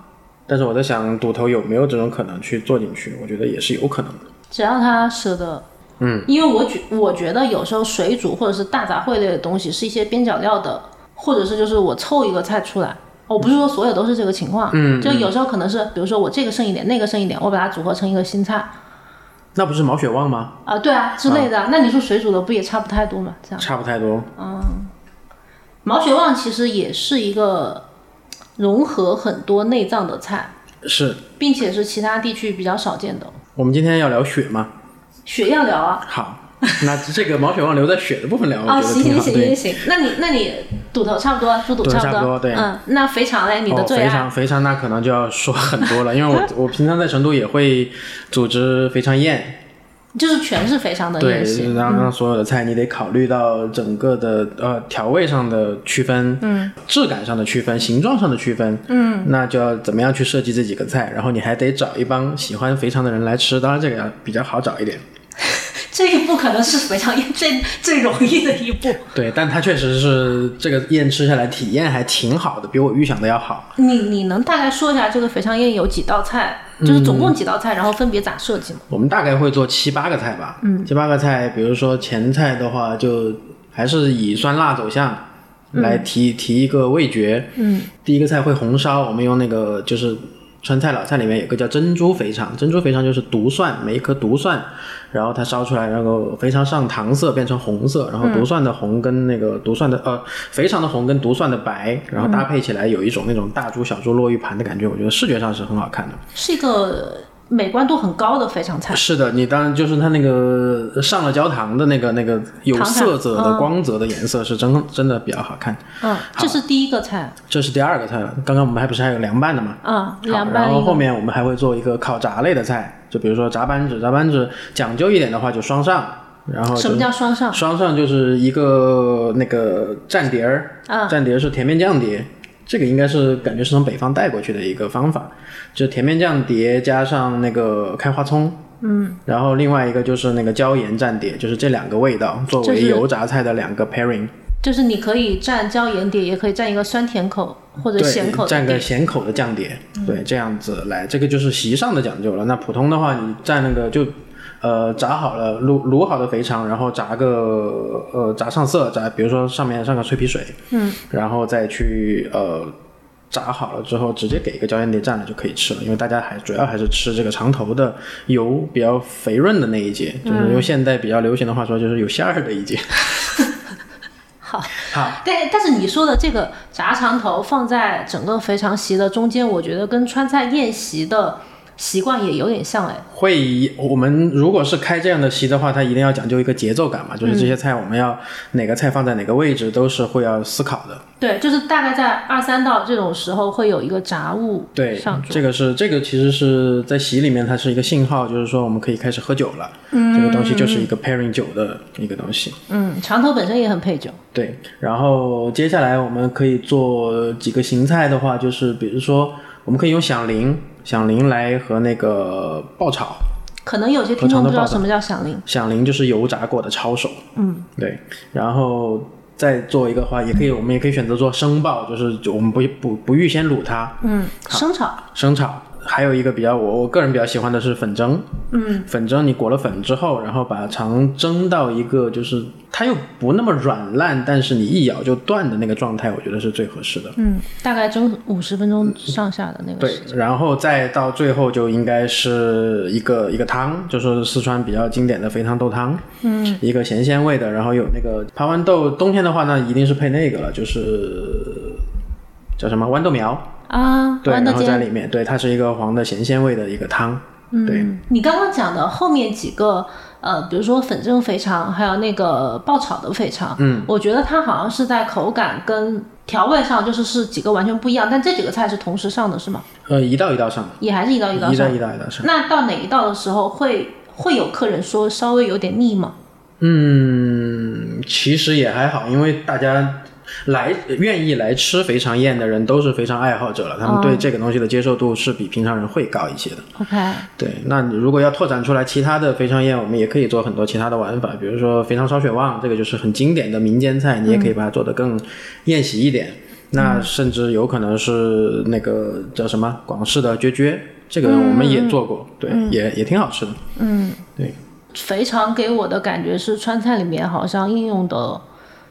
Speaker 2: 但是我在想肚头有没有这种可能去做进去，我觉得也是有可能的。
Speaker 1: 只要他舍得。嗯，因为我觉我觉得有时候水煮或者是大杂烩类的东西是一些边角料的，或者是就是我凑一个菜出来。我不是说所有都是这个情况，嗯，就有时候可能是，比如说我这个剩一点，那个剩一点，我把它组合成一个新菜啊、
Speaker 2: 那不是毛血旺吗？
Speaker 1: 对啊之类的。那你说水煮的不也差不太多嘛？这样，
Speaker 2: 差不太多。
Speaker 1: 毛血旺其实也是一个融合很多内脏的菜，
Speaker 2: 是
Speaker 1: 并且是其他地区比较少见的。
Speaker 2: 我们今天要聊血吗？
Speaker 1: 血药疗啊，
Speaker 2: 好，那这个毛血旺留在血的部分聊，哦我
Speaker 1: 啊，
Speaker 2: 觉得
Speaker 1: 行
Speaker 2: 挺
Speaker 1: 行
Speaker 2: 好。
Speaker 1: 行
Speaker 2: 对
Speaker 1: 行行，那你那你肚头差不多，猪肚
Speaker 2: 肚头
Speaker 1: 不
Speaker 2: 差不多对
Speaker 1: 嗯，那肥肠嘞，你的
Speaker 2: 哦，
Speaker 1: 最
Speaker 2: 肥
Speaker 1: 爱，
Speaker 2: 肠，肥肠那可能就要说很多了，因 为我我平常在成都也会组织肥肠宴，
Speaker 1: 就是全是肥肠的
Speaker 2: 对
Speaker 1: 宴席，，嗯
Speaker 2: 让让所有的菜你得考虑到整个的呃调味上的区分，嗯，质感上的区分，形状上的区分，嗯，那就要怎么样去设计这几个菜，然后你还得找一帮喜欢肥肠的人来吃，当然这个要比较好找一点，
Speaker 1: 这一步可能是肥肠宴最最容易的一步。
Speaker 2: 对，但它确实是这个宴吃下来体验还挺好的，比我预想的要好。
Speaker 1: 你你能大概说一下这个肥肠宴有几道菜，就是总
Speaker 2: 嗯
Speaker 1: 共几道菜，然后分别咋设计吗？
Speaker 2: 我们大概会做七八个菜吧，嗯，七八个菜，比如说前菜的话，就还是以酸辣走向来提、提一个味觉，嗯，第一个菜会红烧，我们用那个就是川菜老菜里面有个叫珍珠肥肠，珍珠肥肠就是独蒜，每一颗独蒜，然后它烧出来，然后肥肠上糖色变成红色，然后独蒜的红跟那个独蒜的、呃肥肠的红跟独蒜的白，然后搭配起来有一种那种大珠小珠落玉盘的感觉，我觉得视觉上是很好看的。
Speaker 1: 是一个美观度很高的肥肠菜，
Speaker 2: 是的，你当然就是它那个呃上了焦糖的那个那个有
Speaker 1: 糖色
Speaker 2: 色泽的光泽的颜色是真真的比较好看。
Speaker 1: 嗯，这是第一个菜，
Speaker 2: 这是第二个菜了，刚刚我们还不是还有凉拌的嘛？
Speaker 1: 嗯，
Speaker 2: 好
Speaker 1: 凉拌
Speaker 2: 然后
Speaker 1: 一
Speaker 2: 后
Speaker 1: 个，
Speaker 2: 面我们还会做一个烤炸类的菜，就比如说炸扳指，炸扳指讲究一点的话就双上，然后
Speaker 1: 什么叫双上？
Speaker 2: 双上就是一个那个蘸碟儿，
Speaker 1: 啊
Speaker 2: 蘸碟儿是甜面酱碟，这个应该是感觉是从北方带过去的一个方法，就甜面酱碟加上那个开花葱，嗯，然后另外一个就是那个椒盐蘸碟，就是这两个味道作
Speaker 1: 就
Speaker 2: 为
Speaker 1: 是
Speaker 2: 油炸菜的两个 pairing，
Speaker 1: 就是你可以蘸椒盐碟，也可以蘸一个酸甜口或者咸口
Speaker 2: 蘸
Speaker 1: 的嗯
Speaker 2: 个
Speaker 1: 碟，
Speaker 2: 咸口的酱碟，对，这样子来，这个就是席上的讲究了。那普通的话，你蘸那个就。呃，炸好了卤卤好的肥肠，然后炸个呃炸上色，炸比如说上面上个脆皮水，嗯，然后再去呃炸好了之后，直接给一个椒盐碟蘸了就可以吃了。因为大家还主要还是吃这个肠头的油比较肥润的那一节，
Speaker 1: 嗯
Speaker 2: 就是用现在比较流行的话说，就是有馅儿的一节。
Speaker 1: 好。
Speaker 2: 好，
Speaker 1: 但但是你说的这个炸肠头放在整个肥肠席的中间，我觉得跟川菜宴席的习惯也有点像哎。
Speaker 2: 会，我们如果是开这样的席的话，它一定要讲究一个节奏感嘛，就是这些菜我们要哪个菜放在哪个位置，都是会要思考的。
Speaker 1: 对，就是大概在二三道这种时候会有一个炸物
Speaker 2: 对
Speaker 1: 上，桌。
Speaker 2: 这个是这个其实是在席里面，它是一个信号，就是说我们可以开始喝酒了。嗯，这个东西就是一个 pairing 酒的一个东西。
Speaker 1: 嗯，肠头本身也很配酒。
Speaker 2: 对，然后接下来我们可以做几个形菜的话，就是比如说我们可以用响铃，响铃来和那个爆炒。
Speaker 1: 可能有些听众不知道什么叫响铃，
Speaker 2: 响铃就是油炸过的抄手，嗯，对，然后再做一个话，也可以，我们也可以选择做生爆，就是我们不不不预先卤它，
Speaker 1: 嗯，生炒，
Speaker 2: 生炒。还有一个比较我我个人比较喜欢的是粉蒸，嗯，粉蒸你裹了粉之后，然后把肠蒸到一个就是它又不那么软烂，但是你一咬就断的那个状态，我觉得是最合适的。
Speaker 1: 嗯，大概蒸五十分钟上下的那个
Speaker 2: 对
Speaker 1: 时，
Speaker 2: 然后再到最后就应该是一个一个汤，就是四川比较经典的肥肠豆汤，嗯，一个咸鲜味的，然后有那个盘豌豆，冬天的话呢一定是配那个了，就是叫什么豌豆苗，
Speaker 1: 啊，
Speaker 2: 对，
Speaker 1: 豌
Speaker 2: 然
Speaker 1: 豆
Speaker 2: 后在
Speaker 1: 尖，
Speaker 2: 里面，对，它是一个黄的咸鲜味的一个汤，
Speaker 1: 嗯
Speaker 2: 对，
Speaker 1: 你刚刚讲的后面几个，呃，比如说粉蒸肥肠，还有那个爆炒的肥肠，嗯，我觉得它好像是在口感跟调味上，就是是几个完全不一样，但这几个菜是同时上的，是吗？
Speaker 2: 呃，一道一道上，
Speaker 1: 也还是一道一道
Speaker 2: 一道
Speaker 1: 上。
Speaker 2: 一道一道上。
Speaker 1: 那到哪一道的时候会会有客人说稍微有点腻吗？
Speaker 2: 嗯，其实也还好，因为大家来愿意来吃肥肠宴的人都是肥肠爱好者了，他们
Speaker 1: 哦
Speaker 2: 对这个东西的接受度是比平常人会高一些的。
Speaker 1: OK，
Speaker 2: 对，那你如果要拓展出来其他的肥肠宴，我们也可以做很多其他的玩法，比如说肥肠烧雪旺，这个就是很经典的民间菜，你也可以把它做得更宴席一点。那甚至有可能是那个叫什么广式的绝绝，这个我们也做过，对，也也挺好吃的。
Speaker 1: 嗯，
Speaker 2: 对，
Speaker 1: 肥肠给我的感觉是川菜里面好像应用的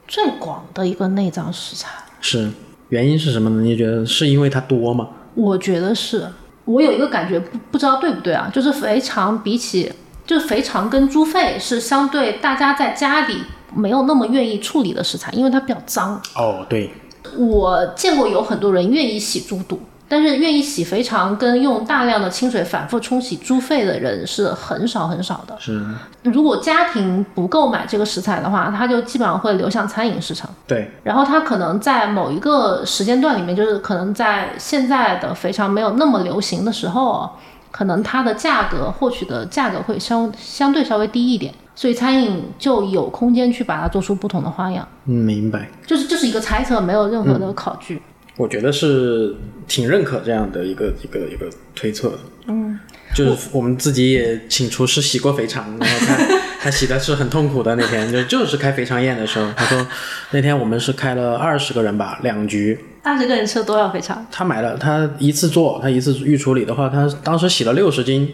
Speaker 1: 最广的一个内脏食材。
Speaker 2: 是原因是什么呢？你觉得是因为它多吗？
Speaker 1: 我觉得是，我有一个感觉，不不知道对不对啊，就是肥肠比起，就是肥肠跟猪肺是相对大家在家里没有那么愿意处理的食材，因为它比较脏。
Speaker 2: 哦，对，
Speaker 1: 我见过有很多人愿意洗猪肚，但是愿意洗肥肠跟用大量的清水反复冲洗猪肺的人是很少很少的。
Speaker 2: 是，
Speaker 1: 如果家庭不购买这个食材的话，它就基本上会流向餐饮市场。
Speaker 2: 对，
Speaker 1: 然后它可能在某一个时间段里面，就是可能在现在的肥肠没有那么流行的时候，可能它的价格获取的价格会相相对稍微低一点，所以餐饮就有空间去把它做出不同的花样。
Speaker 2: 嗯，明白。
Speaker 1: 就是这是一个猜测，没有任何的考据。
Speaker 2: 我觉得是挺认可这样的一个一个一个推测的。嗯，就是我们自己也请厨师洗过肥肠，然后他他洗的是很痛苦的那天，就就是开肥肠宴的时候，他说那天我们是开了二十个人吧，两局。
Speaker 1: 大十个人吃了多少肥肠？
Speaker 2: 他买了，他一次做，他一次预处理的话，他当时洗了六十斤，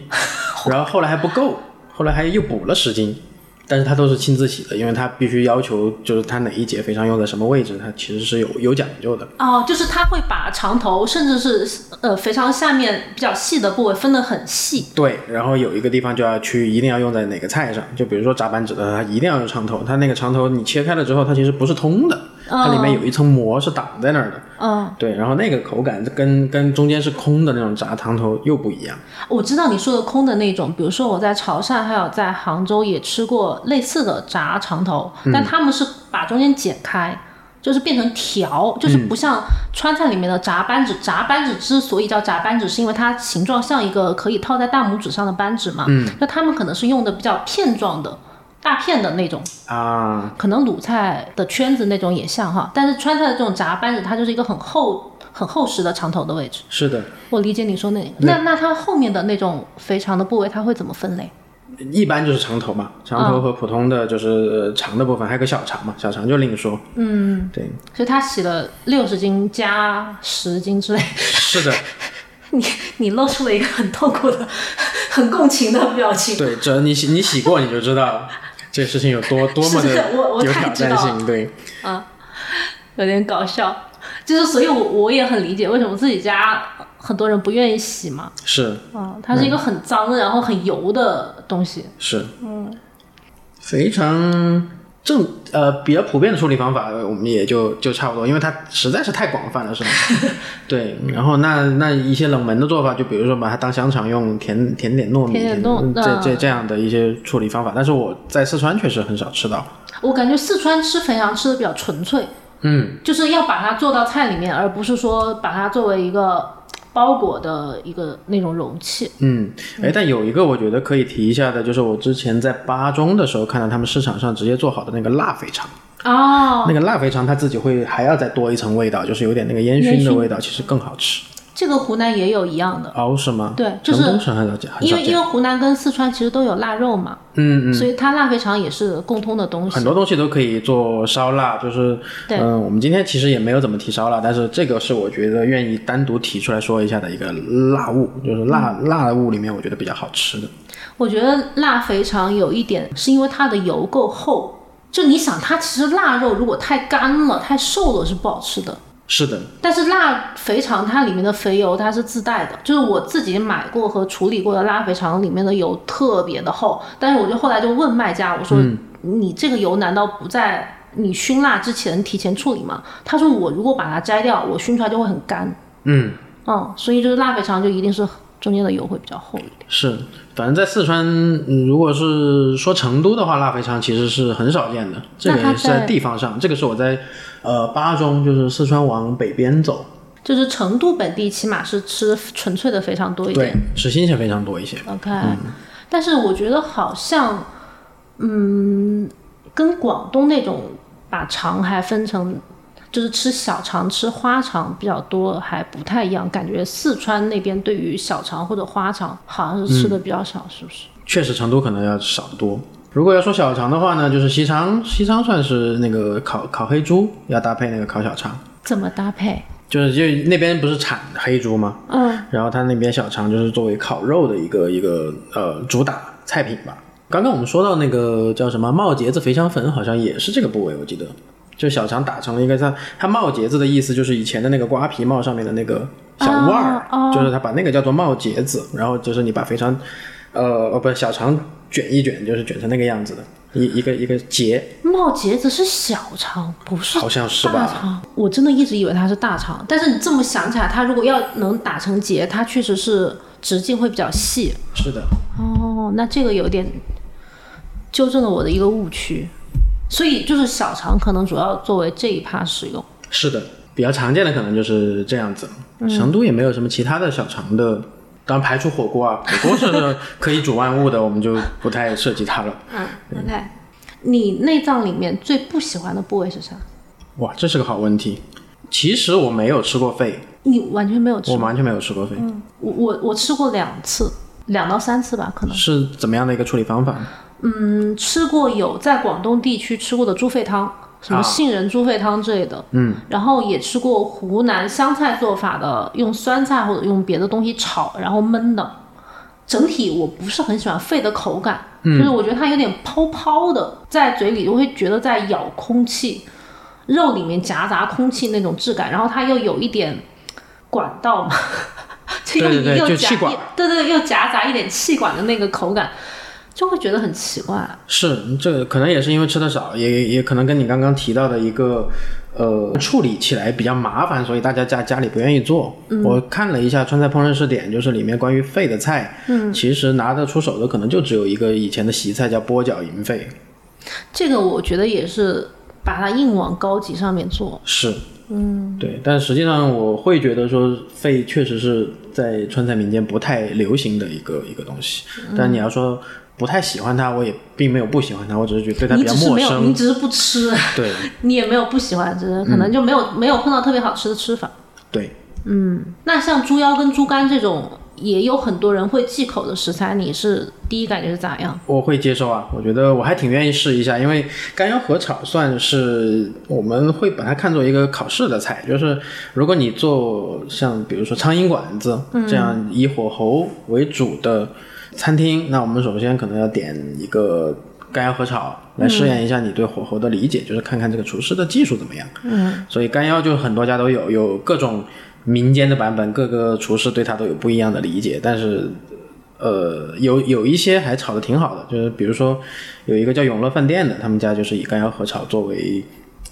Speaker 2: 然后后来还不够，后来还又补了十斤，但是他都是亲自洗的，因为他必须要求就是他哪一节肥肠用在什么位置，他其实是有有讲究的。
Speaker 1: 哦，就是他会把肠头，甚至是呃肥肠下面比较细的部位分得很细。
Speaker 2: 对，然后有一个地方就要去，一定要用在哪个菜上，就比如说炸板指的，它一定要用长头，它那个长头你切开了之后，它其实不是通的，
Speaker 1: 哦
Speaker 2: 它里面有一层膜是挡在那儿的。
Speaker 1: 嗯，
Speaker 2: 对，然后那个口感跟跟中间是空的那种炸糖头又不一样。
Speaker 1: 我知道你说的空的那种，比如说我在潮汕还有在杭州也吃过类似的炸肠头，但他们是把中间剪开，就是变成条，就是不像川菜里面的炸扳指。炸扳指之所以叫炸扳指，是因为它形状像一个可以套在大拇指上的扳指嘛。嗯，那他们可能是用的比较片状的。大片的那种，
Speaker 2: 啊，
Speaker 1: 可能鲁菜的圈子那种也像哈，但是川菜的这种炸扳指，它就是一个很厚、很厚实的长头的位置。
Speaker 2: 是的，
Speaker 1: 我理解你说那个，那那它后面的那种肥肠的部位，它会怎么分类？
Speaker 2: 一般就是长头嘛，长头
Speaker 1: 哦
Speaker 2: 和普通的就是呃长的部分，还有个小肠嘛，小肠就另说。嗯，对，
Speaker 1: 所以它洗了六十斤加十斤之类，
Speaker 2: 是的，
Speaker 1: 你你露出了一个很痛苦的、 很共情的表情。
Speaker 2: 对，只要你洗你洗过你就知道这事情有多多么
Speaker 1: 是
Speaker 2: 的
Speaker 1: 的我我
Speaker 2: 有
Speaker 1: 太
Speaker 2: 挑
Speaker 1: 知道
Speaker 2: 战性，对。
Speaker 1: 有点搞笑。就是，所以我我也很理解为什么自己家很多人不愿意洗嘛。
Speaker 2: 是
Speaker 1: 啊、它是一个很脏，然后很油的东西。
Speaker 2: 是，嗯，肥肠正呃比较普遍的处理方法，呃我们也就就差不多，因为它实在是太广泛 了，是吧？对，然后那那一些冷门的做法，就比如说把它当香肠用，甜甜点糯米，
Speaker 1: 甜点糯
Speaker 2: 嗯这这
Speaker 1: 嗯
Speaker 2: 这样的一些处理方法，但是我在四川确实很少吃到。
Speaker 1: 我感觉四川吃肥肠吃的比较纯粹，
Speaker 2: 嗯，
Speaker 1: 就是要把它做到菜里面，而不是说把它作为一个包裹的一个那种容器。
Speaker 2: 嗯，哎，但有一个我觉得可以提一下的，就是我之前在巴中的时候看到他们市场上直接做好的那个辣肥肠。
Speaker 1: 哦，
Speaker 2: 那个辣肥肠它自己会还要再多一层味道，就是有点那个烟
Speaker 1: 烟
Speaker 2: 熏的
Speaker 1: 熏
Speaker 2: 味道，其实更好吃。
Speaker 1: 这个湖南也有一样的，
Speaker 2: 哦，是吗？
Speaker 1: 对就是
Speaker 2: 成都是很少见，很
Speaker 1: 因
Speaker 2: 少
Speaker 1: 为因
Speaker 2: 见。
Speaker 1: 为湖南跟四川其实都有腊肉嘛，
Speaker 2: 嗯嗯，
Speaker 1: 所以它腊肥肠也是共通的东
Speaker 2: 很
Speaker 1: 西。
Speaker 2: 多东西都可以做烧腊，就是
Speaker 1: 对
Speaker 2: 嗯，我们今天其实也没有怎么提烧腊，但是这个是我觉得愿意单独提出来说一下的一个辣物，就是辣、
Speaker 1: 嗯
Speaker 2: 辣物里面我觉得比较好吃的。
Speaker 1: 我觉得腊肥肠有一点是因为它的油够厚，就你想它其实腊肉如果太干了、太瘦了是不好吃的。
Speaker 2: 是的，
Speaker 1: 但是腊肥肠它里面的肥油它是自带的，就是我自己买过和处理过的腊肥肠里面的油特别的厚，但是我就后来就问卖家，我说、你这个油难道不在你熏腊之前提前处理吗？他说我如果把它摘掉，我熏出来就会很干，
Speaker 2: 嗯，
Speaker 1: 嗯，所以就是腊肥肠就一定是中间的油会比较厚一点。
Speaker 2: 是，反正在四川，嗯如果是说成都的话，辣肥肠其实是很少见的，这
Speaker 1: 那它
Speaker 2: 个是在
Speaker 1: 在
Speaker 2: 地方上，这个是我在呃巴中，就是四川往北边走，
Speaker 1: 就是成都本地起码是吃纯粹的肥肠多一点
Speaker 2: 对。，吃新鲜非常多一些。
Speaker 1: OK，、但是我觉得好像，嗯，跟广东那种把肠还分成，就是吃小肠、吃花肠比较多，还不太一样。感觉四川那边对于小肠或者花肠好像是吃的比较少，是不是？
Speaker 2: 确实成都可能要少得多。如果要说小肠的话呢，就是西昌，西昌算是那个烤烤黑猪要搭配那个烤小肠，
Speaker 1: 怎么搭配？
Speaker 2: 就是就那边不是产黑猪吗？
Speaker 1: 嗯，
Speaker 2: 然后它那边小肠就是作为烤肉的一个一个呃主打菜品吧。刚刚我们说到那个叫什么冒茄子肥肠粉，好像也是这个部位，我记得。就小肠打成了一个像它冒茄子的意思，就是以前的那个瓜皮帽上面的那个小腕儿，
Speaker 1: 哦哦
Speaker 2: 就是它把那个叫做冒茄子，然后就是你把肥肠，呃哦不小肠卷一卷，就是卷成那个样子的一一个一个结，
Speaker 1: 冒茄子是小肠，不是
Speaker 2: 好像是
Speaker 1: 大
Speaker 2: 吧？
Speaker 1: 肠。我真的一直以为它是大肠，但是你这么想起来，它如果要能打成结，它确实是直径会比较细。
Speaker 2: 是的，
Speaker 1: 哦，那这个有点纠正了我的一个误区，所以就是小肠可能主要作为这一趴使用。
Speaker 2: 是的，比较常见的可能就是这样子。成都也没有什么其他的小肠的，当然排除火锅啊，火锅是可以煮万物的，我们就不太涉及它了。
Speaker 1: 嗯，OK。你内脏里面最不喜欢的部位是啥？
Speaker 2: 哇，这是个好问题。其实我没有吃过肺，
Speaker 1: 你完全没有吃
Speaker 2: 我
Speaker 1: 过，
Speaker 2: 完全没有吃过肺，
Speaker 1: 我我我吃过两次，两到三次吧，可能。
Speaker 2: 是怎么样的一个处理方法？
Speaker 1: 嗯，吃过有在广东地区吃过的猪肺汤，什么
Speaker 2: 啊
Speaker 1: 杏仁猪肺汤之类的。嗯，然后也吃过湖南湘菜做法的，用酸菜或者用别的东西炒，然后焖的。整体我不是很喜欢肺的口感，
Speaker 2: 嗯
Speaker 1: 就是我觉得它有点泡泡的，在嘴里我会觉得在咬空气，肉里面夹杂空气那种质感，然后它又有一点管道嘛， 就又
Speaker 2: 对对对
Speaker 1: 又
Speaker 2: 就
Speaker 1: 夹
Speaker 2: 气管
Speaker 1: 对对对，又夹杂一点气管的那个口感，就会觉得很奇怪。
Speaker 2: 是，这可能也是因为吃的少，也也可能跟你刚刚提到的一个，呃，处理起来比较麻烦，所以大家家家里不愿意做。
Speaker 1: 嗯
Speaker 2: 我看了一下《川菜烹饪试点》，就是里面关于肺的菜，嗯，其实拿得出手的可能就只有一个以前的习菜叫拨脚银肺，
Speaker 1: 这个我觉得也是把它硬往高级上面做。
Speaker 2: 是，嗯，对。但实际上我会觉得说肺确实是在川菜民间不太流行的一个一个东西，
Speaker 1: 嗯
Speaker 2: 但你要说不太喜欢它，我也并没有不喜欢它，我只是觉得对它
Speaker 1: 你
Speaker 2: 比较
Speaker 1: 只是
Speaker 2: 陌
Speaker 1: 没有，嗯你
Speaker 2: 生。
Speaker 1: 只是不吃，
Speaker 2: 对
Speaker 1: 你也没有不喜欢吃，可
Speaker 2: 嗯
Speaker 1: 能就没有、没有碰到特别好吃的吃法。
Speaker 2: 对，嗯
Speaker 1: 那像猪腰跟猪肝这种，也有很多人会忌口的食材，你是第一感觉是咋样？
Speaker 2: 我会接受啊，我觉得我还挺愿意试一下，因为干腰合炒算是我们会把它看作一个考试的菜，就是如果你做像比如说苍蝇馆子这样以火候为主的餐厅，那我们首先可能要点一个干腰合炒来试验一下你对火候的理解，就是看看这个厨师的技术怎么样。嗯，所以干腰就很多家都有，有各种民间的版本，各个厨师对它都有不一样的理解，但是呃，有有一些还炒的挺好的，就是比如说有一个叫永乐饭店的，他们家就是以干腰合炒作为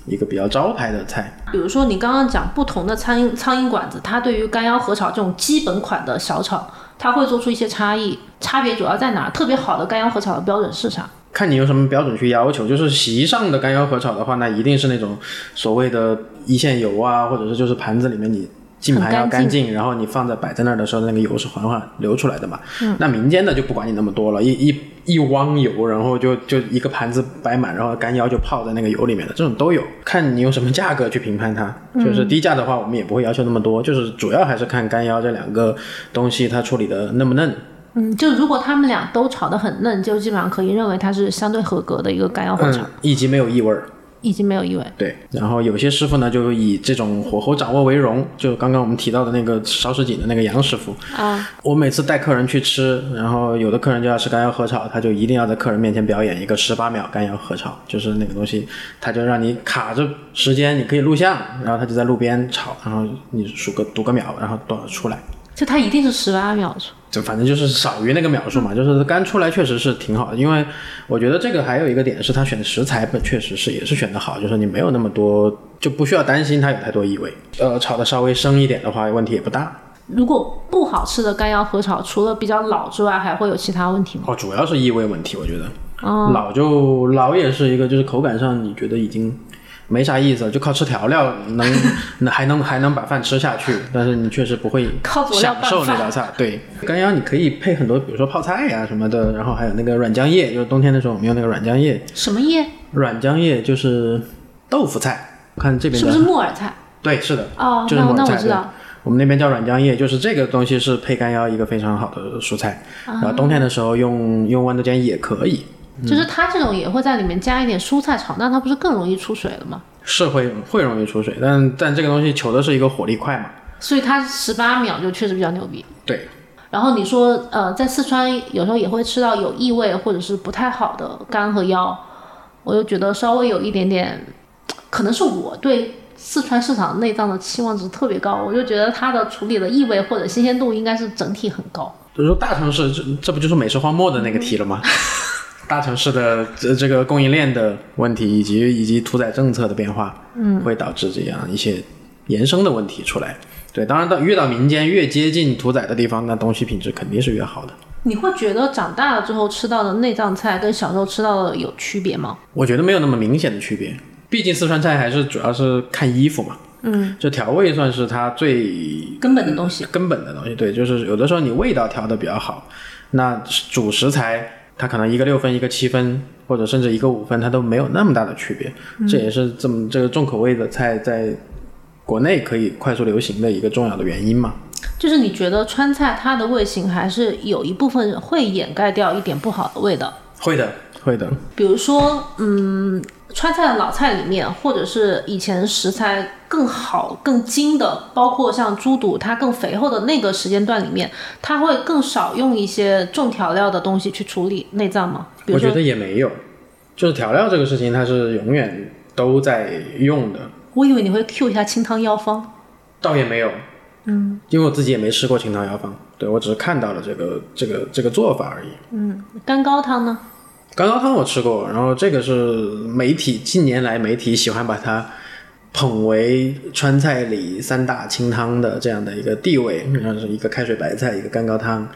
Speaker 2: 一个比较招牌的菜。
Speaker 1: 比如说你刚刚讲不同的苍蝇苍蝇馆子，它对于干腰合炒这种基本款的小炒，它会做出一些差异，差别主要在哪？特别好的干腰合炒的标准是啥？
Speaker 2: 看你有什么标准去要求，就是席上的干腰合炒的话，那一定是那种所谓的一线油啊，或者是就是盘子里面你进盘要
Speaker 1: 很
Speaker 2: 干
Speaker 1: 干
Speaker 2: 净，然后你放在摆在那儿的时候，那个油是缓缓流出来的嘛。那民间的就不管你那么多了，一一一汪油，然后就就一个盘子摆满，然后干腰就泡在那个油里面的，这种都有。看你用什么价格去评判它，就是低价的话，我们也不会要求那么多，就是主要还是看干腰这两个东西它处理的嫩不嫩。
Speaker 1: 嗯，就如果他们俩都炒得很嫩，就基本上可以认为它是相对合格的一个干腰火炒，
Speaker 2: 嗯，以及没有异味儿。
Speaker 1: 已经没有异味。
Speaker 2: 对，然后有些师傅呢，就以这种火候掌握为荣，就刚刚我们提到的那个烧什锦的那个杨师傅，
Speaker 1: 啊，
Speaker 2: 我每次带客人去吃，然后有的客人就要吃干腰合炒，他就一定要在客人面前表演一个十八秒干腰合炒，就是那个东西，他就让你卡着时间，你可以录像，然后他就在路边炒，然后你数个读个秒，然后多少出来。
Speaker 1: 就它一定是十八秒钟。
Speaker 2: 就反正就是少于那个秒数嘛，就是干出来确实是挺好的，因为我觉得这个还有一个点是他选的食材本确实是也是选的好，就是你没有那么多就不需要担心它有太多异味，呃，炒的稍微生一点的话问题也不大。
Speaker 1: 如果不好吃的干腰和炒，除了比较老之外，还会有其他问题吗？
Speaker 2: 哦，主要是异味问题，我觉得。
Speaker 1: 哦
Speaker 2: 老就老也是一个，就是口感上你觉得已经没啥意思了，就靠吃调料能能 还能还能把饭吃下去，但是你确实不会
Speaker 1: 靠佐料
Speaker 2: 享
Speaker 1: 拌
Speaker 2: 受那
Speaker 1: 饭
Speaker 2: 道菜。对，干腰你可以配很多，比如说泡菜呀、什么的，然后还有那个软浆叶，就是冬天的时候我们用那个软浆叶，
Speaker 1: 什么叶？
Speaker 2: 软浆叶就是豆腐菜，看这边
Speaker 1: 是
Speaker 2: 的
Speaker 1: 不是木耳菜？
Speaker 2: 对，是的，
Speaker 1: 哦，
Speaker 2: 就是
Speaker 1: 那
Speaker 2: 抹
Speaker 1: 那我
Speaker 2: 菜
Speaker 1: 知
Speaker 2: 对
Speaker 1: 道。
Speaker 2: 我们那边叫软浆叶，就是这个东西是配干腰一个非常好的蔬菜，
Speaker 1: 哦
Speaker 2: 然后冬天的时候用用豌豆尖也可以。
Speaker 1: 就是它这种也会在里面加一点蔬菜炒，那它不是更容易出水了吗？
Speaker 2: 是会会容易出水，但但这个东西求的是一个火力快嘛。
Speaker 1: 所以它十八秒就确实比较牛逼。
Speaker 2: 对，
Speaker 1: 然后你说，呃，在四川有时候也会吃到有异味或者是不太好的肝和腰，我就觉得稍微有一点点，可能是我对四川市场内脏的期望值特别高，我就觉得它的处理的异味或者新鲜度应该是整体很高。
Speaker 2: 就是说大城市这这不就是美食荒漠的那个题了吗？ 大城市的这这个供应链的问题，以及以及屠宰政策的变化，嗯，会导致这样一些延伸的问题出来。对，当然到越到民间越接近屠宰的地方，那东西品质肯定是越好的。
Speaker 1: 你会觉得长大了之后吃到的内脏菜跟小时候吃到的有区别吗？
Speaker 2: 我觉得没有那么明显的区别，毕竟四川菜还是主要是看衣服嘛，嗯，就调味算是它最
Speaker 1: 根本的东西，
Speaker 2: 根本的东西。对，就是有的时候你味道调的比较好，那主食材它可能一个六分，一个七分，或者甚至一个五分，它都没有那么大的区别。
Speaker 1: 嗯
Speaker 2: 这也是这么这个重口味的菜在国内可以快速流行的一个重要的原因嘛。
Speaker 1: 就是你觉得川菜它的味型还是有一部分会掩盖掉一点不好的味道。
Speaker 2: 会的，会的。
Speaker 1: 比如说，嗯，川菜的老菜里面，或者是以前食材更好、更精的，包括像猪肚，它更肥厚的那个时间段里面，它会更少用一些重调料的东西去处理内脏吗？比
Speaker 2: 我
Speaker 1: 如
Speaker 2: 觉
Speaker 1: 说，
Speaker 2: 得也没有，就是调料这个事情，它是永远都在用的，
Speaker 1: 我以为你会 Q 一下清汤药方，
Speaker 2: 倒也没有。嗯，因为我自己也没吃过清汤药方，对我只是看到了这个这个这个做法而已。
Speaker 1: 干高汤呢？
Speaker 2: 干高汤我吃过，然后这个是媒体近年来媒体喜欢把它捧为川菜里三大清汤的这样的一个地位，然后是一个开水白菜，一个干高汤，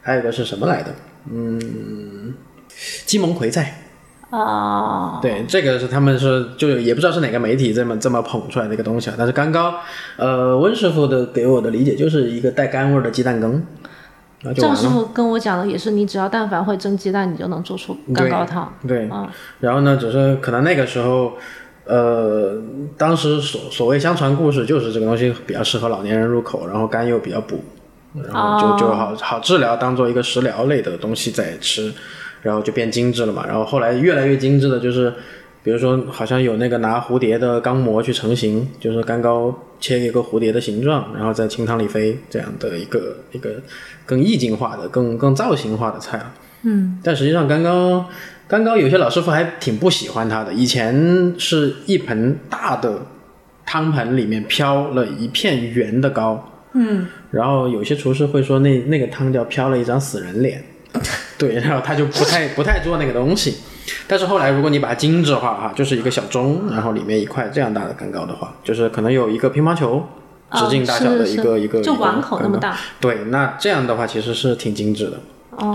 Speaker 2: 还有一个是什么来的？嗯，鸡蒙葵菜。
Speaker 1: 啊、
Speaker 2: 对，这个是他们是就也不知道是哪个媒体这么这么捧出来的一个东西啊。但是干高，呃，温师傅的给我的理解就是一个带干味儿的鸡蛋羹，那就完
Speaker 1: 赵师
Speaker 2: 了。
Speaker 1: 傅跟我讲的也是，你只要但凡会蒸鸡蛋，你就能做出干
Speaker 2: 对
Speaker 1: 高汤。
Speaker 2: 对，
Speaker 1: 啊
Speaker 2: 然后呢，只是可能那个时候，呃，当时所所谓相传故事就是这个东西比较适合老年人入口，然后肝又比较补，然后就就好好治疗，当做一个食疗类的东西在吃，然后就变精致了嘛。然后后来越来越精致的就是。比如说，好像有那个拿蝴蝶的钢模去成型，就是干糕切一个蝴蝶的形状，然后在清汤里飞这样的一个一个更意境化的、更更造型化的菜了。嗯，但实际上干糕干糕有些老师傅还挺不喜欢它的。以前是一盆大的汤盆里面飘了一片圆的糕，嗯，然后有些厨师会说那那个汤叫飘了一张死人脸， 对，然后他就不太不太做那个东西。但是后来，如果你把它精致化哈，就是一个小钟，然后里面一块这样大的干糕的话，就是可能有一个乒乓球直径大小的
Speaker 1: 哦是是
Speaker 2: 一个、一个
Speaker 1: 嗯就
Speaker 2: 一个
Speaker 1: 碗口那么
Speaker 2: 干
Speaker 1: 大。
Speaker 2: 糕
Speaker 1: 哦
Speaker 2: 对，那这样的话其实是挺精致的，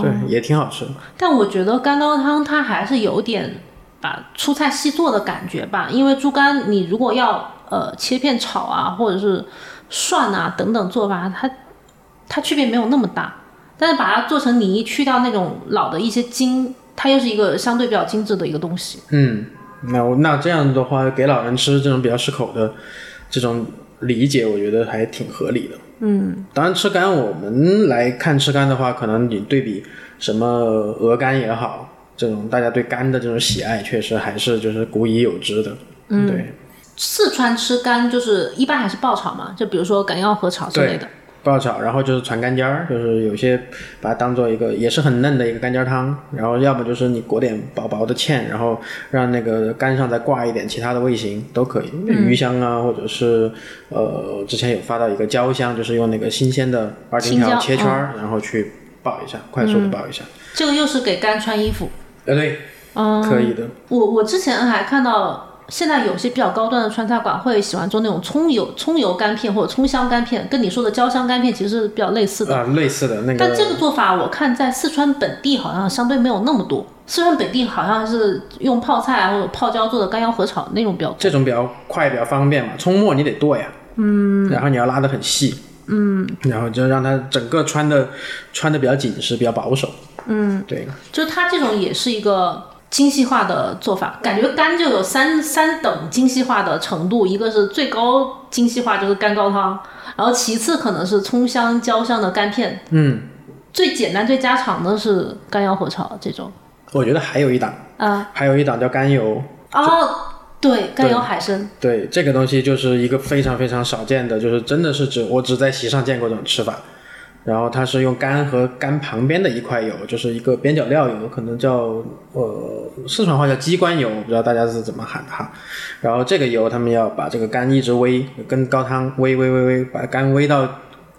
Speaker 2: 对，也挺好吃。
Speaker 1: 但我觉得干高汤它还是有点把粗菜细做的感觉吧，因为猪肝你如果要呃切片炒啊，或者是涮啊等等做法，它它区别没有那么大。但是把它做成泥，去掉那种老的一些筋，它又是一个相对比较精致的一个东西。
Speaker 2: 嗯，那我那这样的话，给老人吃这种比较适口的这种理解，我觉得还挺合理的。嗯，当然吃干，我们来看吃干的话，可能你对比什么鹅肝也好，这种大家对肝的这种喜爱，确实还是就是古已有之的。嗯，对
Speaker 1: 四川吃干就是一般还是爆炒嘛，就比如说干药和炒之类的。
Speaker 2: 爆炒，然后就是传干尖儿，就是有些把它当做一个也是很嫩的一个干尖儿汤，然后要么就是你裹点薄薄的芡，然后让那个干上再挂一点其他的味型都可以，
Speaker 1: 嗯
Speaker 2: 鱼香啊，或者是呃之前有发到一个椒香，就是用那个新鲜的二荆
Speaker 1: 青
Speaker 2: 条
Speaker 1: 椒嗯
Speaker 2: 切圈儿，然后去爆一下，快速的爆一下，
Speaker 1: 这个又是给干穿衣服。
Speaker 2: 呃对，
Speaker 1: 嗯，
Speaker 2: 可以的，
Speaker 1: 我我之前还看到现在有些比较高端的川菜馆会喜欢做那种葱油葱油干片或者葱香干片，跟你说的焦香干片其实是比较类似的。
Speaker 2: 啊，类似的那个。
Speaker 1: 但这个做法，我看在四川本地好像相对没有那么多。四川本地好像是用泡菜啊或者泡椒做的干腰合炒那种比较多。
Speaker 2: 这种比较快，比较方便嘛。葱末你得剁呀，嗯，然后你要拉得很细，嗯，然后就让它整个穿的穿的比较紧实，比较保守，嗯，对，
Speaker 1: 就是它这种也是一个精细化的做法，感觉干就有三三等精细化的程度，一个是最高精细化就是干高汤，然后其次可能是葱香、椒香的干片，
Speaker 2: 嗯，
Speaker 1: 最简单最家常的是干腰合炒这种。
Speaker 2: 我觉得还有一档，
Speaker 1: 啊，
Speaker 2: 还有一档叫甘油，
Speaker 1: 哦，对，干油海参，
Speaker 2: 对，这个东西就是一个非常非常少见的，就是真的是只我只在席上见过这种吃法。然后它是用肝和肝旁边的一块油，就是一个边角料油，可能叫呃四川话叫鸡冠油，我不知道大家是怎么喊的哈。然后这个油他们要把这个肝一直煨，跟高汤煨煨煨煨，把肝煨到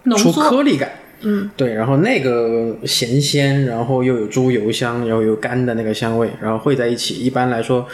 Speaker 1: 浓
Speaker 2: 出
Speaker 1: 缩，
Speaker 2: 颗粒感。嗯，对，然后那个咸鲜，然后又有猪油香，然后有干的那个香味，然后烩在一起。一般来说，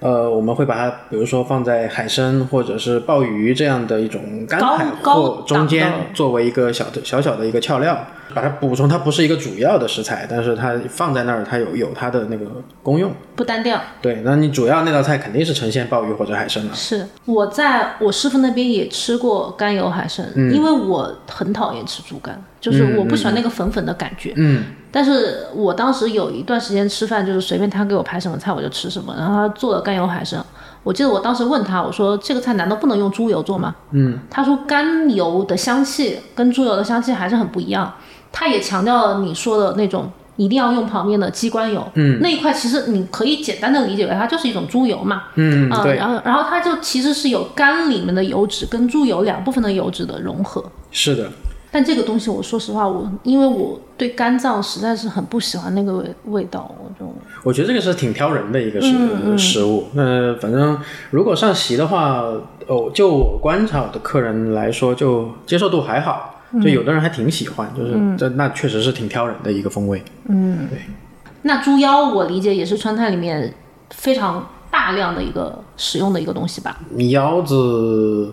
Speaker 2: 呃，我们会把它，比如说放在海参或者是鲍鱼这样的一种干
Speaker 1: 高
Speaker 2: 海
Speaker 1: 高
Speaker 2: 货
Speaker 1: 档
Speaker 2: 中间
Speaker 1: 的，
Speaker 2: 作为一个小的小小的一个俏料，把它补充。它不是一个主要的食材，但是它放在那儿，它有有它的那个功用。
Speaker 1: 不单调。
Speaker 2: 对，那你主要那道菜肯定是呈现鲍鱼或者海参了。
Speaker 1: 是我在我师傅那边也吃过干油海参，因为我很讨厌吃猪肝，就是我不喜欢那个粉粉的感觉。
Speaker 2: 嗯，
Speaker 1: 但是我当时有一段时间吃饭，就是随便他给我排什么菜我就吃什么，然后他做了干油海参。我记得我当时问他，我说这个菜难道不能用猪油做吗？嗯，他说干油的香气跟猪油的香气还是很不一样。他也强调了你说的那种一定要用旁边的鸡冠油，嗯，那一块其实你可以简单的理解为它就是一种猪油嘛，
Speaker 2: 嗯
Speaker 1: 啊，
Speaker 2: 对
Speaker 1: 然后然后它就其实是有肝里面的油脂跟猪油两部分的油脂的融合。
Speaker 2: 是的，
Speaker 1: 但这个东西，我说实话，我因为我对肝脏实在是很不喜欢那个味味道，我就
Speaker 2: 我觉得这个是挺挑人的一个食、呃食物。那反正如果上席的话，哦，就我观察我的客人来说，就接受度还好，就有的人还挺喜欢，就是这那确实是挺挑人的一个风味。
Speaker 1: 那猪腰，我理解也是川菜里面非常大量的一个使用的一个东西吧。
Speaker 2: 你腰子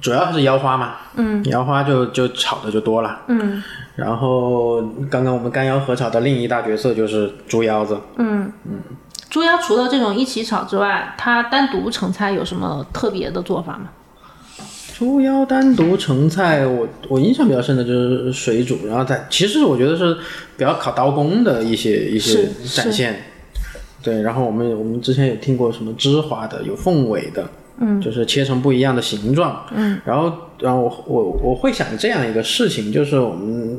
Speaker 2: 主要还是腰花嘛，嗯，腰花就就炒的就多了，
Speaker 1: 嗯，
Speaker 2: 然后刚刚我们干腰合炒的另一大角色就是猪腰子，
Speaker 1: 猪腰除了这种一起炒之外，它单独成菜有什么特别的做法吗？
Speaker 2: 猪腰单独成菜，我我印象比较深的就是水煮，然后它其实我觉得是比较考刀工的一些一些
Speaker 1: 是
Speaker 2: 展现。对，然后我们我们之前有听过什么芝华的，有凤尾的，嗯，就是切成不一样的形状，嗯，然后然后我我我会想这样一个事情，就是我们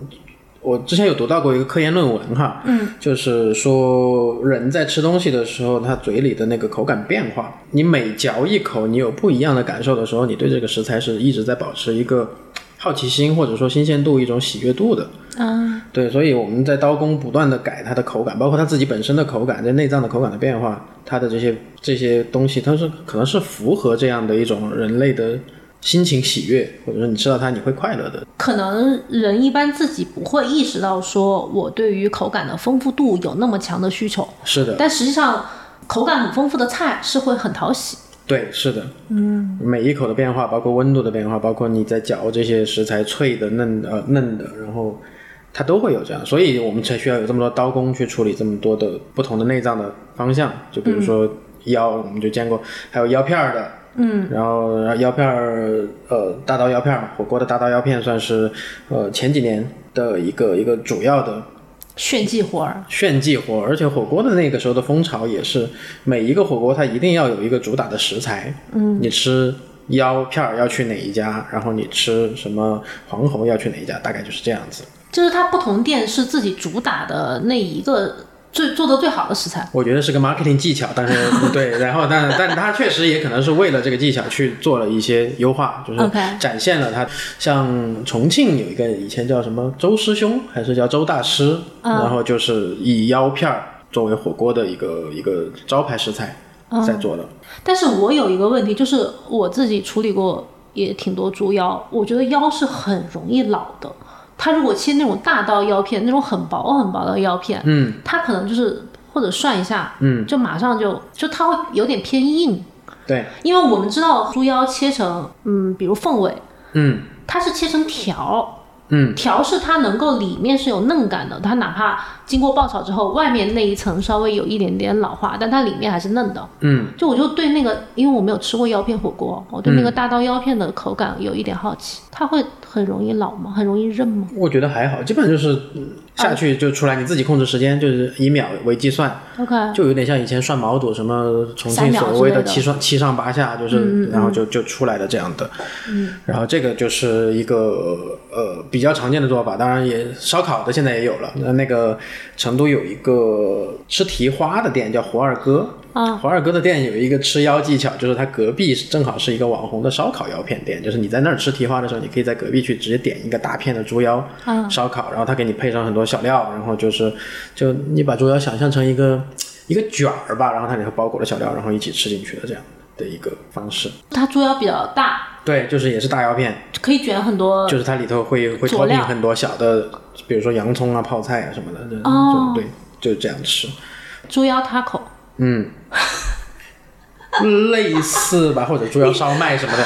Speaker 2: 我之前有读到过一个科研论文哈，嗯，就是说人在吃东西的时候，他嘴里的那个口感变化，你每嚼一口，你有不一样的感受的时候，你对这个食材是一直在保持一个好奇心或者说新鲜度一种喜悦度的，
Speaker 1: 嗯，
Speaker 2: 对，所以我们在刀工不断的改它的口感，包括它自己本身的口感，在内脏的口感的变化，它的这些这些东西，它是可能是符合这样的一种人类的心情喜悦，或者说你吃到它你会快乐的。
Speaker 1: 可能人一般自己不会意识到，说我对于口感的丰富度有那么强的需求，
Speaker 2: 是的，
Speaker 1: 但实际上口感很丰富的菜是会很讨喜。
Speaker 2: 对，是的，嗯，每一口的变化，包括温度的变化，包括你在嚼这些食材脆的、嫩的呃嫩的，然后它都会有这样，所以我们才需要有这么多刀工去处理这么多的不同的内脏的方向，就比如说腰，我们就见过，还有腰片儿的。嗯，然后然后腰片儿，呃，大刀腰片儿嘛，火锅的大刀腰片算是，呃，前几年的一个一个主要的
Speaker 1: 炫技活儿，
Speaker 2: 炫技火，而且火锅的那个时候的风潮也是，每一个火锅它一定要有一个主打的食材。嗯，你吃腰片儿要去哪一家，然后你吃什么黄喉要去哪一家，大概就是这样子。
Speaker 1: 就是它不同店是自己主打的那一个最做的最好的食材。
Speaker 2: 我觉得是个 marketing 技巧，但是对，然后但但它确实也可能是为了这个技巧去做了一些优化，就是
Speaker 1: OK
Speaker 2: 展现了它。像重庆有一个以前叫什么周师兄，还是叫周大师，然后就是以腰片儿作为火锅的一个一个招牌食材在做的。
Speaker 1: 但是我有一个问题，就是我自己处理过也挺多猪腰，我觉得腰是很容易老的。它如果切那种大刀腰片，那种很薄很薄的腰片，
Speaker 2: 嗯，
Speaker 1: 它可能就是或者涮一下，
Speaker 2: 嗯，
Speaker 1: 就马上就就它会有点偏硬。
Speaker 2: 对，
Speaker 1: 因为我们知道猪腰切成，嗯，比如凤尾，
Speaker 2: 嗯
Speaker 1: 它是切成条，
Speaker 2: 嗯，
Speaker 1: 条是它能够里面是有嫩感的，它哪怕经过爆炒之后，外面那一层稍微有一点点老化，但它里面还是嫩的。
Speaker 2: 嗯
Speaker 1: 就我就对那个，因为我没有吃过腰片火锅，我对那个大刀腰片的口感有一点好奇，它会很容易老吗？很容易韧吗？
Speaker 2: 我觉得还好，基本上就是嗯下去就出来，你自己控制时间，就是以秒为计算，
Speaker 1: OK，
Speaker 2: 就有点像以前涮毛肚，什么重
Speaker 1: 嗯三
Speaker 2: 庆
Speaker 1: 秒
Speaker 2: 所谓
Speaker 1: 之类的嗯
Speaker 2: 七上七上八下，就是然后就就出来的这样的。然后这个就是一个呃比较常见的做法，当然也烧烤的现在也有了。那那个成都有一个吃蹄花的店叫胡二哥，
Speaker 1: 啊
Speaker 2: 胡二哥的店有一个吃腰技巧，就是他隔壁正好是一个网红的烧烤腰片店，就是你在那儿吃蹄花的时候，你可以在隔壁去直接点一个大片的猪腰
Speaker 1: 啊
Speaker 2: 烧烤，然后他给你配上很多小料，然后就是就你把猪腰想象成一个一个卷儿吧，然后它里头包裹了小料，然后一起吃进去的这样的一个方式。
Speaker 1: 它猪腰比较大，
Speaker 2: 对，就是也是大腰片。
Speaker 1: 可以卷很多。
Speaker 2: 就是它里头会会
Speaker 1: 佐
Speaker 2: 投
Speaker 1: 料
Speaker 2: 进很多小的，比如说洋葱啊、泡菜啊什么的，就
Speaker 1: 哦
Speaker 2: 就对，就这样吃，
Speaker 1: 猪腰 taco，
Speaker 2: 嗯，类似吧，或者猪腰烧麦什么的，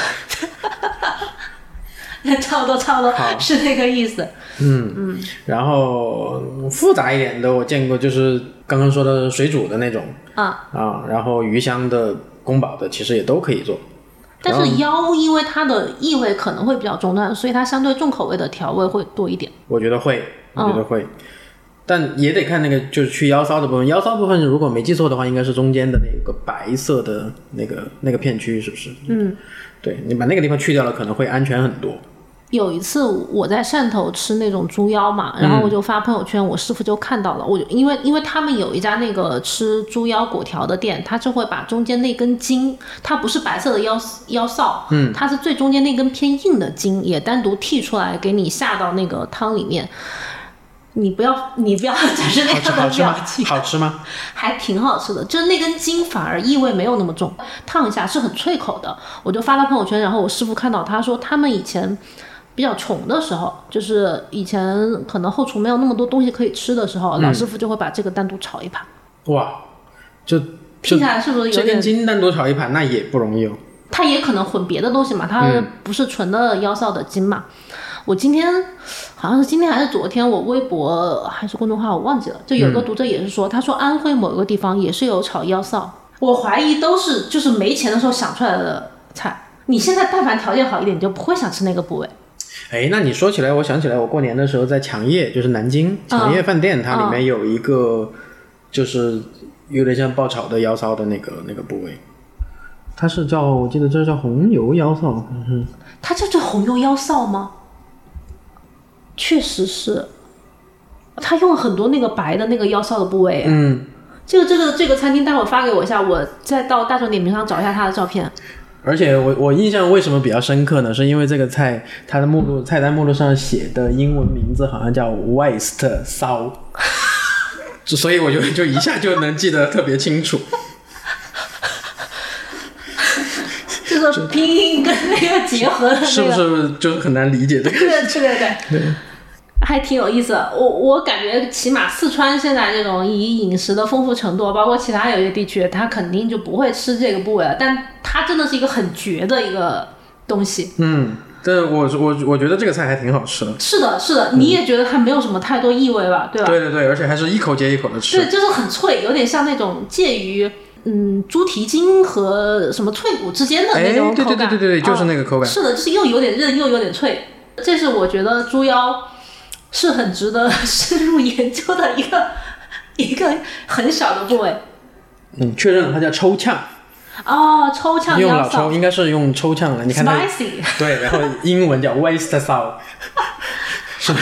Speaker 1: 差不多差不多
Speaker 2: 好
Speaker 1: 是那个意思。
Speaker 2: 然后嗯复杂一点的我见过，就是刚刚说的水煮的那种
Speaker 1: 啊，
Speaker 2: 啊，然后鱼香的、宫保的，其实也都可以做，
Speaker 1: 但是腰因为它的异味可能会比较中断，所以它相对重口味的调味会多一点。
Speaker 2: 我觉得会，我觉得会。但也得看那个，就是去腰骚的部分。腰骚部分，如果没记错的话，应该是中间的那个白色的那个那个片区，是不是？
Speaker 1: 嗯，
Speaker 2: 对你把那个地方去掉了，可能会安全很 多。
Speaker 1: 有一次我在汕头吃那种猪腰嘛，
Speaker 2: 嗯
Speaker 1: 然后我就发朋友圈，我师傅就看到了，我就因为因为他们有一家那个吃猪腰果条的店，他就会把中间那根筋，它不是白色的腰腰臊，嗯，它是最中间那根偏硬的筋也单独剔出来给你下到那个汤里面。你不要，你不要， 就是那
Speaker 2: 好吃
Speaker 1: 样的表
Speaker 2: 好吃吗
Speaker 1: 情？，
Speaker 2: 好吃吗？
Speaker 1: 还挺好吃的，就是那根筋反而异味没有那么重，烫一下是很脆口的。我就发到朋友圈，然后我师傅看到，他说他们以前比较穷的时候，就是以前可能后厨没有那么多东西可以吃的时候，老师傅就会把这个单独炒一盘，
Speaker 2: 哇，就
Speaker 1: 听
Speaker 2: 就
Speaker 1: 起来是不是有
Speaker 2: 这根
Speaker 1: 点？
Speaker 2: 筋单独炒一盘，那也不容易哦。
Speaker 1: 他也可能混别的东西嘛，他不是纯的腰臊的筋嘛。我今天好像是今天还是昨天，我微博还是公众号我忘记了，就有一个读者也是说，他说安徽某一个地方也是有炒腰臊，我怀疑都是就是没钱的时候想出来的菜。你现在但凡条件好一点，你就不会想吃那个部位。
Speaker 2: 哎，那你说起来，我想起来，我过年的时候在强业，就是南京强业饭店，它里面有一个，就是有点像爆炒的腰骚的那个那个部位，它是叫我记得这叫红油腰骚，嗯，
Speaker 1: 它叫做红油腰臊吗？确实是，他用了很多那个白的那个腰臊的部位。
Speaker 2: 嗯，
Speaker 1: 这个这个这个餐厅，待会儿发给我一下，我再到大众点评上找一下它的照片。
Speaker 2: 而且我我印象为什么比较深刻呢？是因为这个菜它的目录菜单目录上写的英文名字好像叫 West 骚， 就所以我就就一下就能记得特别清楚。
Speaker 1: 这个拼音跟那个结合的那个，
Speaker 2: 是不是就是很难理解这个？
Speaker 1: 对对对对，还挺有意思的。我我感觉起码四川现在这种以饮食的丰富程度，包括其他有些地区，它肯定就不会吃这个部位了，但它真的是一个很绝的一个东西。
Speaker 2: 嗯，但我我我觉得这个菜还挺好吃的。
Speaker 1: 是的，是的，你也觉得它没有什么太多异味吧？对吧？
Speaker 2: 嗯对对对，而且还是一口接一口的吃
Speaker 1: 对，。就是很脆，有点像那种介于嗯猪蹄筋和什么脆骨之间的
Speaker 2: 哎，
Speaker 1: 那种
Speaker 2: 对
Speaker 1: 口
Speaker 2: 对
Speaker 1: 感。
Speaker 2: 对对对，就是
Speaker 1: 嗯
Speaker 2: 那个口感。
Speaker 1: 是的，就是又有点韧又有点脆，这是我觉得猪腰是很值得深入研究的一个一个很小的部位。
Speaker 2: 嗯，确认了它叫抽呛，
Speaker 1: 哦，抽呛
Speaker 2: 用
Speaker 1: 腰
Speaker 2: 老抽
Speaker 1: 臊
Speaker 2: 应该是用抽呛的。你看它，
Speaker 1: ，spicy，
Speaker 2: 对，然后英文叫 West 骚，是吧？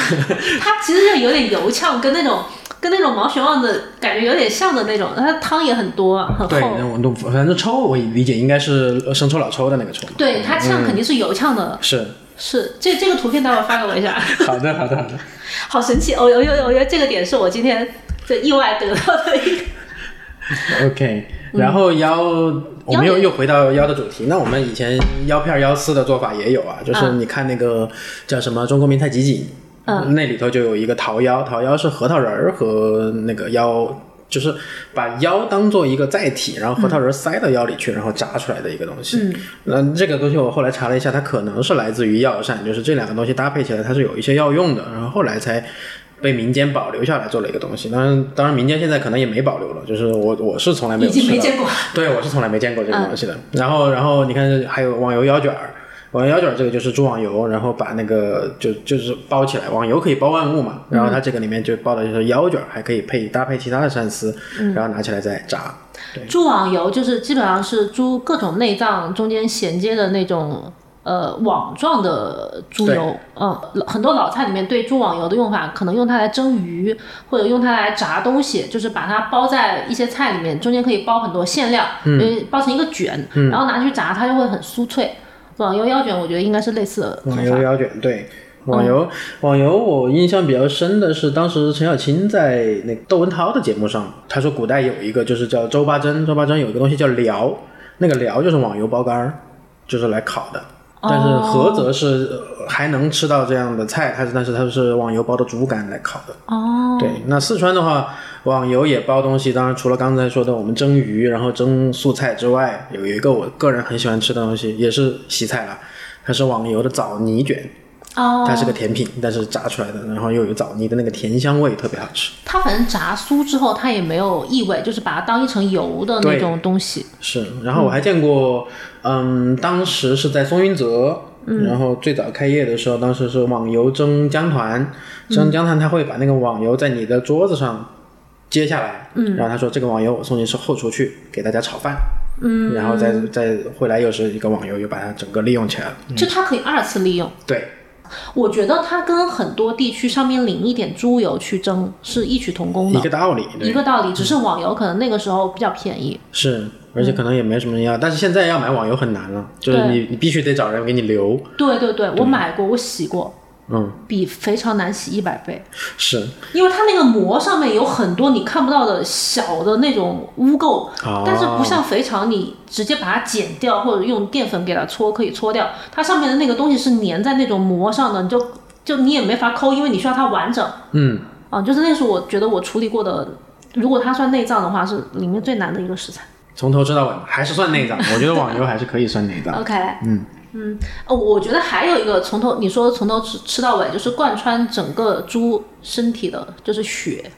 Speaker 1: 它其实就有点油呛，跟那种跟那种毛血旺的感觉有点像的那种，它汤也很多很
Speaker 2: 对，
Speaker 1: 厚
Speaker 2: 那。我弄反正抽我理解应该是呃生抽老抽的那个抽嘛。
Speaker 1: 对它呛肯定是油呛的，
Speaker 2: 是，
Speaker 1: 是这这个图片待会儿发给我一下，
Speaker 2: 好的好的好的。
Speaker 1: 好神奇！哦呦呦呦呦，这个点是我今天就意外得到的一个。
Speaker 2: OK，然
Speaker 1: 嗯
Speaker 2: 后腰，我们又又回到腰的主题。那我们以前腰片儿、腰丝的做法也有啊，就是你看那个叫什么《中国明太
Speaker 1: 嗯
Speaker 2: 集锦》，那里头就有一个桃腰，桃腰是核桃仁儿和那个腰就是把腰当做一个载体，然后核桃仁塞到腰里去，然后炸出来的一个东西。嗯，那这个东西我后来查了一下，它可能是来自于药膳，就是这两个东西搭配起来，它是有一些药用的，然后后来才。被民间保留下来做了一个东西，当然，当然民间现在可能也没保留了，就是我我是从来没有
Speaker 1: 已经
Speaker 2: 吃
Speaker 1: 没
Speaker 2: 到
Speaker 1: 见过。
Speaker 2: 对，我是从来没见过这个东西的。然后，然后你看，还有网游腰卷儿，网游腰卷儿这个就是猪网油，然后把那个就就是包起来，网游可以包万物嘛，然后它这个里面就包的就是腰卷儿，还可以配搭配其他的鳝丝，然后拿起来再炸。
Speaker 1: 猪网油就是基本上是猪各种内脏中间衔接的那种呃网状的猪油，嗯，老很多老菜里面对猪网油的用法，可能用它来蒸鱼，或者用它来炸东西，就是把它包在一些菜里面，中间可以包很多馅料，嗯，包成一个卷，
Speaker 2: 嗯
Speaker 1: 然后拿去炸，它就会很酥脆。网油腰卷，我觉得应该是类似的做
Speaker 2: 网
Speaker 1: 法。
Speaker 2: 游腰卷，对。网游，网游，我印象比较深的是，当时陈小青在那个窦文涛的节目上，他说古代有一个就是叫周八珍，周八珍有一个东西叫醪，那个醪就是网油包干儿，就是来烤的。但是菏泽是呃还能吃到这样的菜，它是但是它是网油包的猪肝来烤的。
Speaker 1: 哦，
Speaker 2: 对，那四川的话，网游也包东西，当然除了刚才说的我们蒸鱼，然后蒸素菜之外，有一个我个人很喜欢吃的东西，也是西菜了，它是网游的枣泥卷。
Speaker 1: 哦，
Speaker 2: 它是个甜品，但是炸出来的，然后又有枣泥的那个甜香味，特别好吃。
Speaker 1: 它反正炸酥之后，它也没有异味，就是把它当一层油的那
Speaker 2: 对
Speaker 1: 种东西。
Speaker 2: 是，然后我还见过，嗯，当时是在松云泽。
Speaker 1: 嗯
Speaker 2: 然后最早开业的时候，当时是网游蒸姜团，
Speaker 1: 嗯
Speaker 2: 蒸姜团他会把那个网游在你的桌子上接下来，嗯，然后他说这个网游我送你是后厨去给大家炒饭，嗯，然后再再回来又是一个网游，又把它整个利用起来了，
Speaker 1: 就它可以二次利用。
Speaker 2: 对，
Speaker 1: 我觉得它跟很多地区上面淋一点猪油去蒸是异曲同工
Speaker 2: 一
Speaker 1: 的，
Speaker 2: 个道理，对
Speaker 1: 一，个道理。只是网油可能那个时候比较便宜，
Speaker 2: 是，而且可能也没什么人要，但是现在要买网游很难了，就是
Speaker 1: 嗯对
Speaker 2: 你你必须得找人给你留，
Speaker 1: 对对对，我买过，我洗过，
Speaker 2: 嗯，
Speaker 1: 比肥肠难洗一百倍，
Speaker 2: 是
Speaker 1: 因为它那个膜上面有很多你看不到的小的那种污垢，
Speaker 2: 哦
Speaker 1: 但是不像肥肠，你直接把它剪掉或者用淀粉给它搓可以搓掉，它上面的那个东西是粘在那种膜上的，你就就你也没法抠，因为你需要它完整。
Speaker 2: 嗯，
Speaker 1: 啊，就是那是我觉得我处理过的，如果它算内脏的话，是里面最难的一个食材。
Speaker 2: 从头吃到尾，还是算内脏。 我觉得网游还是可以算内脏。
Speaker 1: OK，
Speaker 2: 嗯
Speaker 1: 嗯，哦，我觉得还有一个从头你说从头吃吃到尾，就是贯穿整个猪身体的，就是血。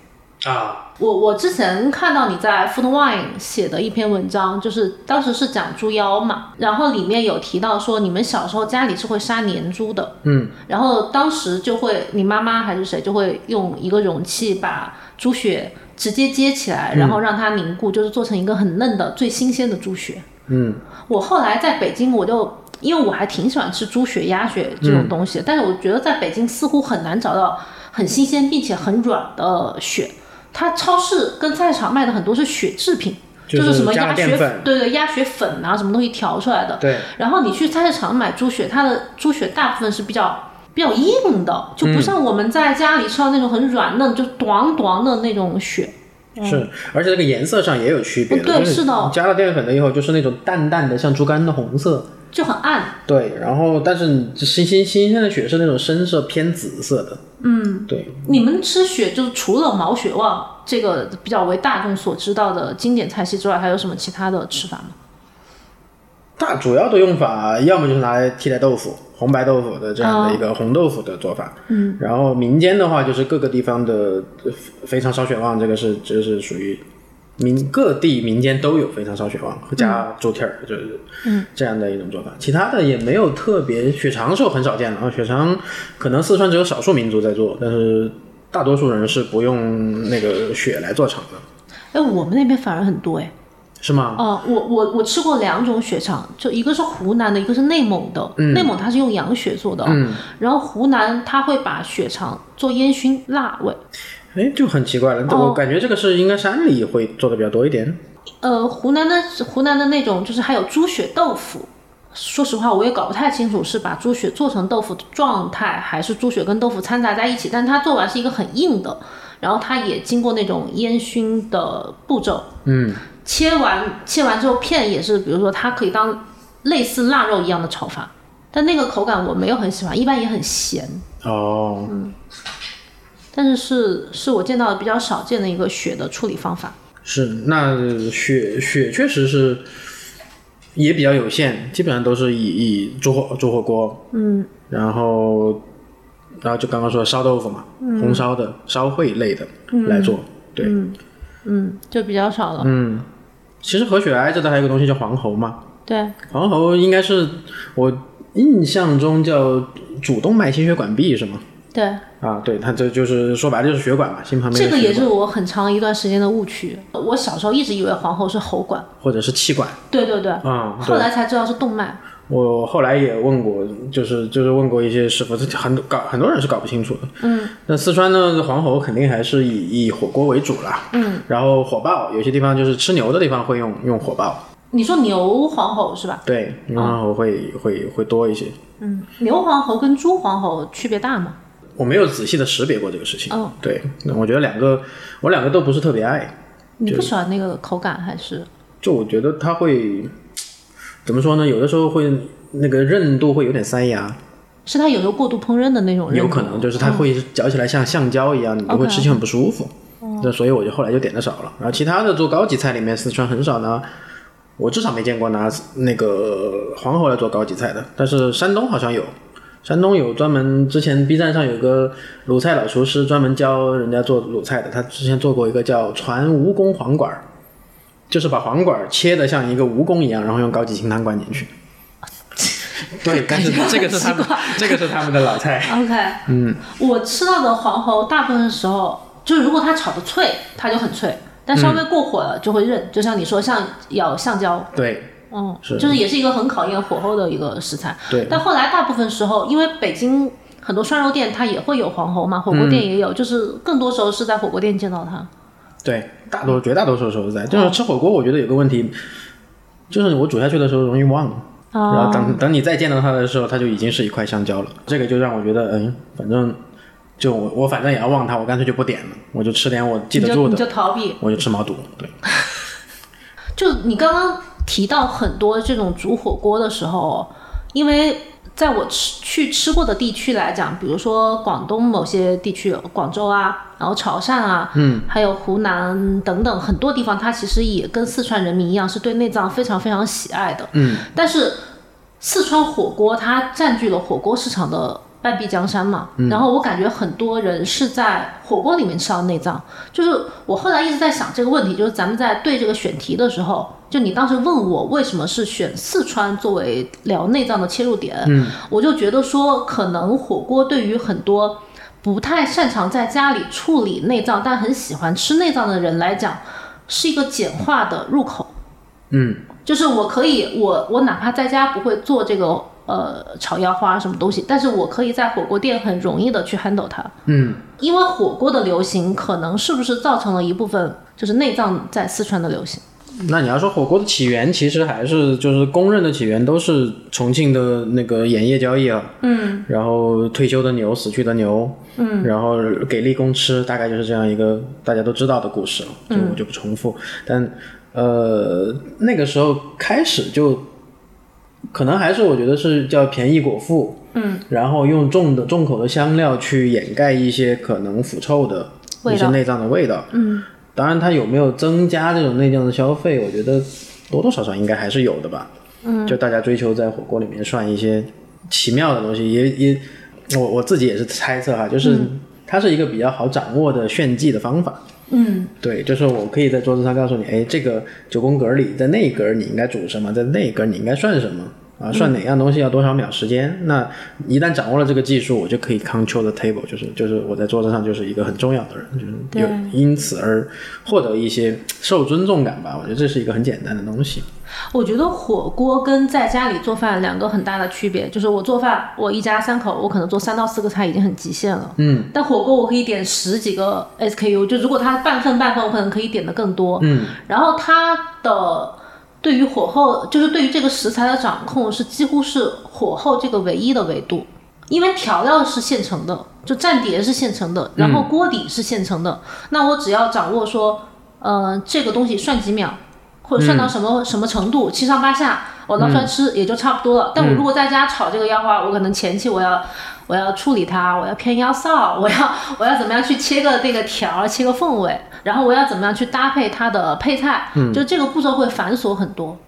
Speaker 2: 啊，
Speaker 1: 我我之前看到你在 Food Wine 写的一篇文章，就是当时是讲猪腰嘛，然后里面有提到说你们小时候家里是会杀年猪的，
Speaker 2: 嗯，
Speaker 1: 然后当时就会，你妈妈还是谁就会用一个容器把猪血直接接起来，然后让它凝固，就是做成一个很嫩的、最新鲜的猪血。
Speaker 2: 嗯，
Speaker 1: 我后来在北京，我就因为我还挺喜欢吃猪血、鸭血这种东西，但是我觉得在北京似乎很难找到很新鲜并且很软的血。它超市跟菜市场卖的很多是血制品，就
Speaker 2: 就是
Speaker 1: 什么
Speaker 2: 加
Speaker 1: 鸭
Speaker 2: 了
Speaker 1: 血
Speaker 2: 淀粉
Speaker 1: 对对，鸭血粉啊，什么东西调出来的。
Speaker 2: 对，
Speaker 1: 然后你去菜市场买猪血，它的猪血大部分是比较比较硬的，就不像我们在家里吃到那种很软嫩，就短短的那种血。
Speaker 2: 是，而且这个颜色上也有区别
Speaker 1: 嗯
Speaker 2: 的。
Speaker 1: 哦对
Speaker 2: 就是
Speaker 1: 的
Speaker 2: 加了淀粉了以后，就是那种淡淡的像猪肝的红色。
Speaker 1: 就很暗，
Speaker 2: 对，然后但是你新新新鲜的血是那种深色偏紫色的。嗯，对，
Speaker 1: 你们吃血就是除了毛血旺这个比较为大众所知道的经典菜系之外，还有什么其他的吃法吗？
Speaker 2: 大主要的用法，要么就是拿来替代豆腐，红白豆腐的这样的一个红豆腐的做法。嗯，然后民间的话，就是各个地方的呃肥肠烧血旺，这个是这是属于民各地民间都有肥肠烧血旺加猪蹄儿，就是这样的一种做法。其他的也没有特别，血肠是很少见的啊，血肠可能四川只有少数民族在做，但是大多数人是不用那个血来做肠的，
Speaker 1: 哎，我们那边反而很多哎。
Speaker 2: 是吗？
Speaker 1: 哦、我我我吃过两种血肠，就一个是湖南的，一个是内蒙的。内蒙它是用羊血做的哦，然后湖南它会把血肠做烟熏辣味。
Speaker 2: 哎，就很奇怪了，我感觉这个是应该山里会做的比较多一点。
Speaker 1: 呃，湖南的湖南的那种就是还有猪血豆腐。说实话，我也搞不太清楚是把猪血做成豆腐的状态，还是猪血跟豆腐掺杂在一起。但它做完是一个很硬的，然后它也经过那种烟熏的步骤。
Speaker 2: 嗯，
Speaker 1: 切完切完之后片也是，比如说它可以当类似腊肉一样的炒法，但那个口感我没有很喜欢，一般也很咸。
Speaker 2: 哦，
Speaker 1: 但是是是我见到的比较少见的一个血的处理方法。
Speaker 2: 是，那雪雪确实是也比较有限，基本上都是以以煮火煮火锅，
Speaker 1: 嗯，
Speaker 2: 然后然后就刚刚说的烧豆腐嘛，红烧的烧烩类的来做。对，
Speaker 1: 嗯，就比较少了。
Speaker 2: 其实和雪挨着的还有个东西叫黄喉嘛，
Speaker 1: 对，
Speaker 2: 黄喉应该是我印象中叫主动脉心血管壁是吗？
Speaker 1: 对，
Speaker 2: 啊，对，它这就是说白了就是血管嘛，心旁边
Speaker 1: 这
Speaker 2: 的
Speaker 1: 个
Speaker 2: 血
Speaker 1: 也
Speaker 2: 管
Speaker 1: 是我很长一段时间的误区。我小时候一直以为皇后是喉管，
Speaker 2: 或者是气管
Speaker 1: 对对对，
Speaker 2: 啊、对。
Speaker 1: 后来才知道是动脉。
Speaker 2: 我后来也问过，就是就是问过一些师傅，很多搞很多人是搞不清楚的。嗯，那四川呢，黄喉肯定还是以以火锅为主啦。嗯，然后火爆，有些地方就是吃牛的地方会用用火爆，
Speaker 1: 你说牛黄喉是吧？
Speaker 2: 对，牛黄喉会、会会多一些。
Speaker 1: 嗯，牛黄喉跟猪黄喉区别大吗？
Speaker 2: 我没有仔细的识别过这个事情。
Speaker 1: 嗯，
Speaker 2: 对，那我觉得两个我两个都不是特别爱，
Speaker 1: 你不喜欢那个口感还是？
Speaker 2: 就我觉得它会怎么说呢？有的时候会那个韧度会有点塞牙。
Speaker 1: 是它有时候过度烹饪的那种嗯
Speaker 2: 有
Speaker 1: 韧度
Speaker 2: 可能就是它会嚼起来像橡胶一样，你就会吃起来很不舒服。
Speaker 1: 哦
Speaker 2: 那所以我就后来就点的少了。然后其他的做高级菜里面，四川很少拿，我至少没见过拿那个黄喉来做高级菜的。但是山东好像有，山东有专门之前 B 站上有个鲁菜老厨师专门教人家做鲁菜的，他之前做过一个叫传蜈蚣黄管儿，就是把黄管儿切的像一个蜈蚣一样，然后用高级清汤灌进 去。对，但是
Speaker 1: 感觉
Speaker 2: 这个是他
Speaker 1: 很
Speaker 2: 们
Speaker 1: 奇怪，
Speaker 2: 这个是他们的老菜。
Speaker 1: OK，嗯，我吃到的黄喉大部分时候，就是如果它炒的脆，它就很脆，但
Speaker 2: 嗯
Speaker 1: 稍微过火了就会韧，就像你说，像咬橡胶，
Speaker 2: 对，
Speaker 1: 嗯，
Speaker 2: 是
Speaker 1: 就是也是一个很考验火候的一个食材。
Speaker 2: 对
Speaker 1: 但后来大部分时候，因为北京很多涮肉店它也会有黄喉嘛，火锅
Speaker 2: 嗯
Speaker 1: 店也有，就是更多时候是在火锅店见到它。
Speaker 2: 对，大多绝大多数时候是在，
Speaker 1: 哦
Speaker 2: 就是吃火锅，我觉得有个问题，就是我煮下去的时候容易
Speaker 1: 哦
Speaker 2: 忘了，然后等等你再见到它的时候，它就已经是一块橡胶了。这个就让我觉得，嗯，反正就我我反正也要忘它，我干脆就不点了，我就吃点我记得
Speaker 1: 你就
Speaker 2: 住
Speaker 1: 你
Speaker 2: 的，
Speaker 1: 就逃避。
Speaker 2: 我就吃毛肚。对，
Speaker 1: 就你刚刚提到很多这种煮火锅的时候，因为在我吃去吃过的地区来讲，比如说广东某些地区，广州啊，然后潮汕啊，嗯，还有湖南等等很多地方，它其实也跟四川人民一样，是对内脏非常非常喜爱的。嗯，但是四川火锅它占据了火锅市场的半壁江山嘛，然后我感觉很多人是在火锅里面吃到内脏，就是我后来一直在想这个问题，就是咱们在对这个选题的时候，就你当时问我为什么是选四川作为聊内脏的切入点，嗯，我就觉得说可能火锅对于很多不太擅长在家里处理内脏，但很喜欢吃内脏的人来讲，是一个简化的入口。
Speaker 2: 嗯，
Speaker 1: 就是我可以，我我哪怕在家不会做这个呃炒腰花什么东西，但是我可以在火锅店很容易的去 handle 它。
Speaker 2: 嗯，
Speaker 1: 因为火锅的流行，可能是不是造成了一部分就是内脏在四川的流行？
Speaker 2: 那你要说火锅的起源，其实还是就是公认的起源都是重庆的那个盐业交易啊，嗯，然后退休的牛，死去的牛，嗯，然后给立功吃，大概就是这样一个大家都知道的故事了，就我就不重复。但呃，那个时候开始就可能还是我觉得是叫便宜果腹，嗯，然后用重的重口的香料去掩盖一些可能腐臭的
Speaker 1: 味
Speaker 2: 一些内脏的味道，嗯，当然它有没有增加这种内脏的消费，我觉得多多少少应该还是有的吧，嗯，就大家追求在火锅里面涮一些奇妙的东西，也也我我自己也是猜测哈，就是它是一个比较好掌握的炫技的方法，
Speaker 1: 嗯，
Speaker 2: 对，就是我可以在桌子上告诉你，哎，这个九宫格里，在那一格你应该煮什么，在那一格你应该涮什么啊，涮哪样东西要多少秒时间。那一旦掌握了这个技术，我就可以 control the table，就是就是我在桌子上就是一个很重要的人，就是有因此而获得一些受尊重感吧。我觉得这是一个很简单的东西。
Speaker 1: 我觉得火锅跟在家里做饭两个很大的区别，就是我做饭，我一家三口，我可能做三到四个菜已经很极限了。嗯，但火锅我可以点十几个 SKU，就如果它半份半份，我可能可以点的更多。嗯，然后它的对于火候，就是对于这个食材的掌控是几乎是火候这个唯一的维度，因为调料是现成的，就蘸碟是现成的，然后锅底是现成的，那我只要掌握说，呃，这个东西涮几秒。或者涮到什么、什么程度，七上八下，我捞出来吃也就差不多了。但我如果在家炒这个腰花，我可能前期我要我要处理它，我要偏腰臊，我要我要怎么样去切个那个条儿，切个缝尾，然后我要怎么样去搭配它的配菜，就这个步骤会繁琐很多。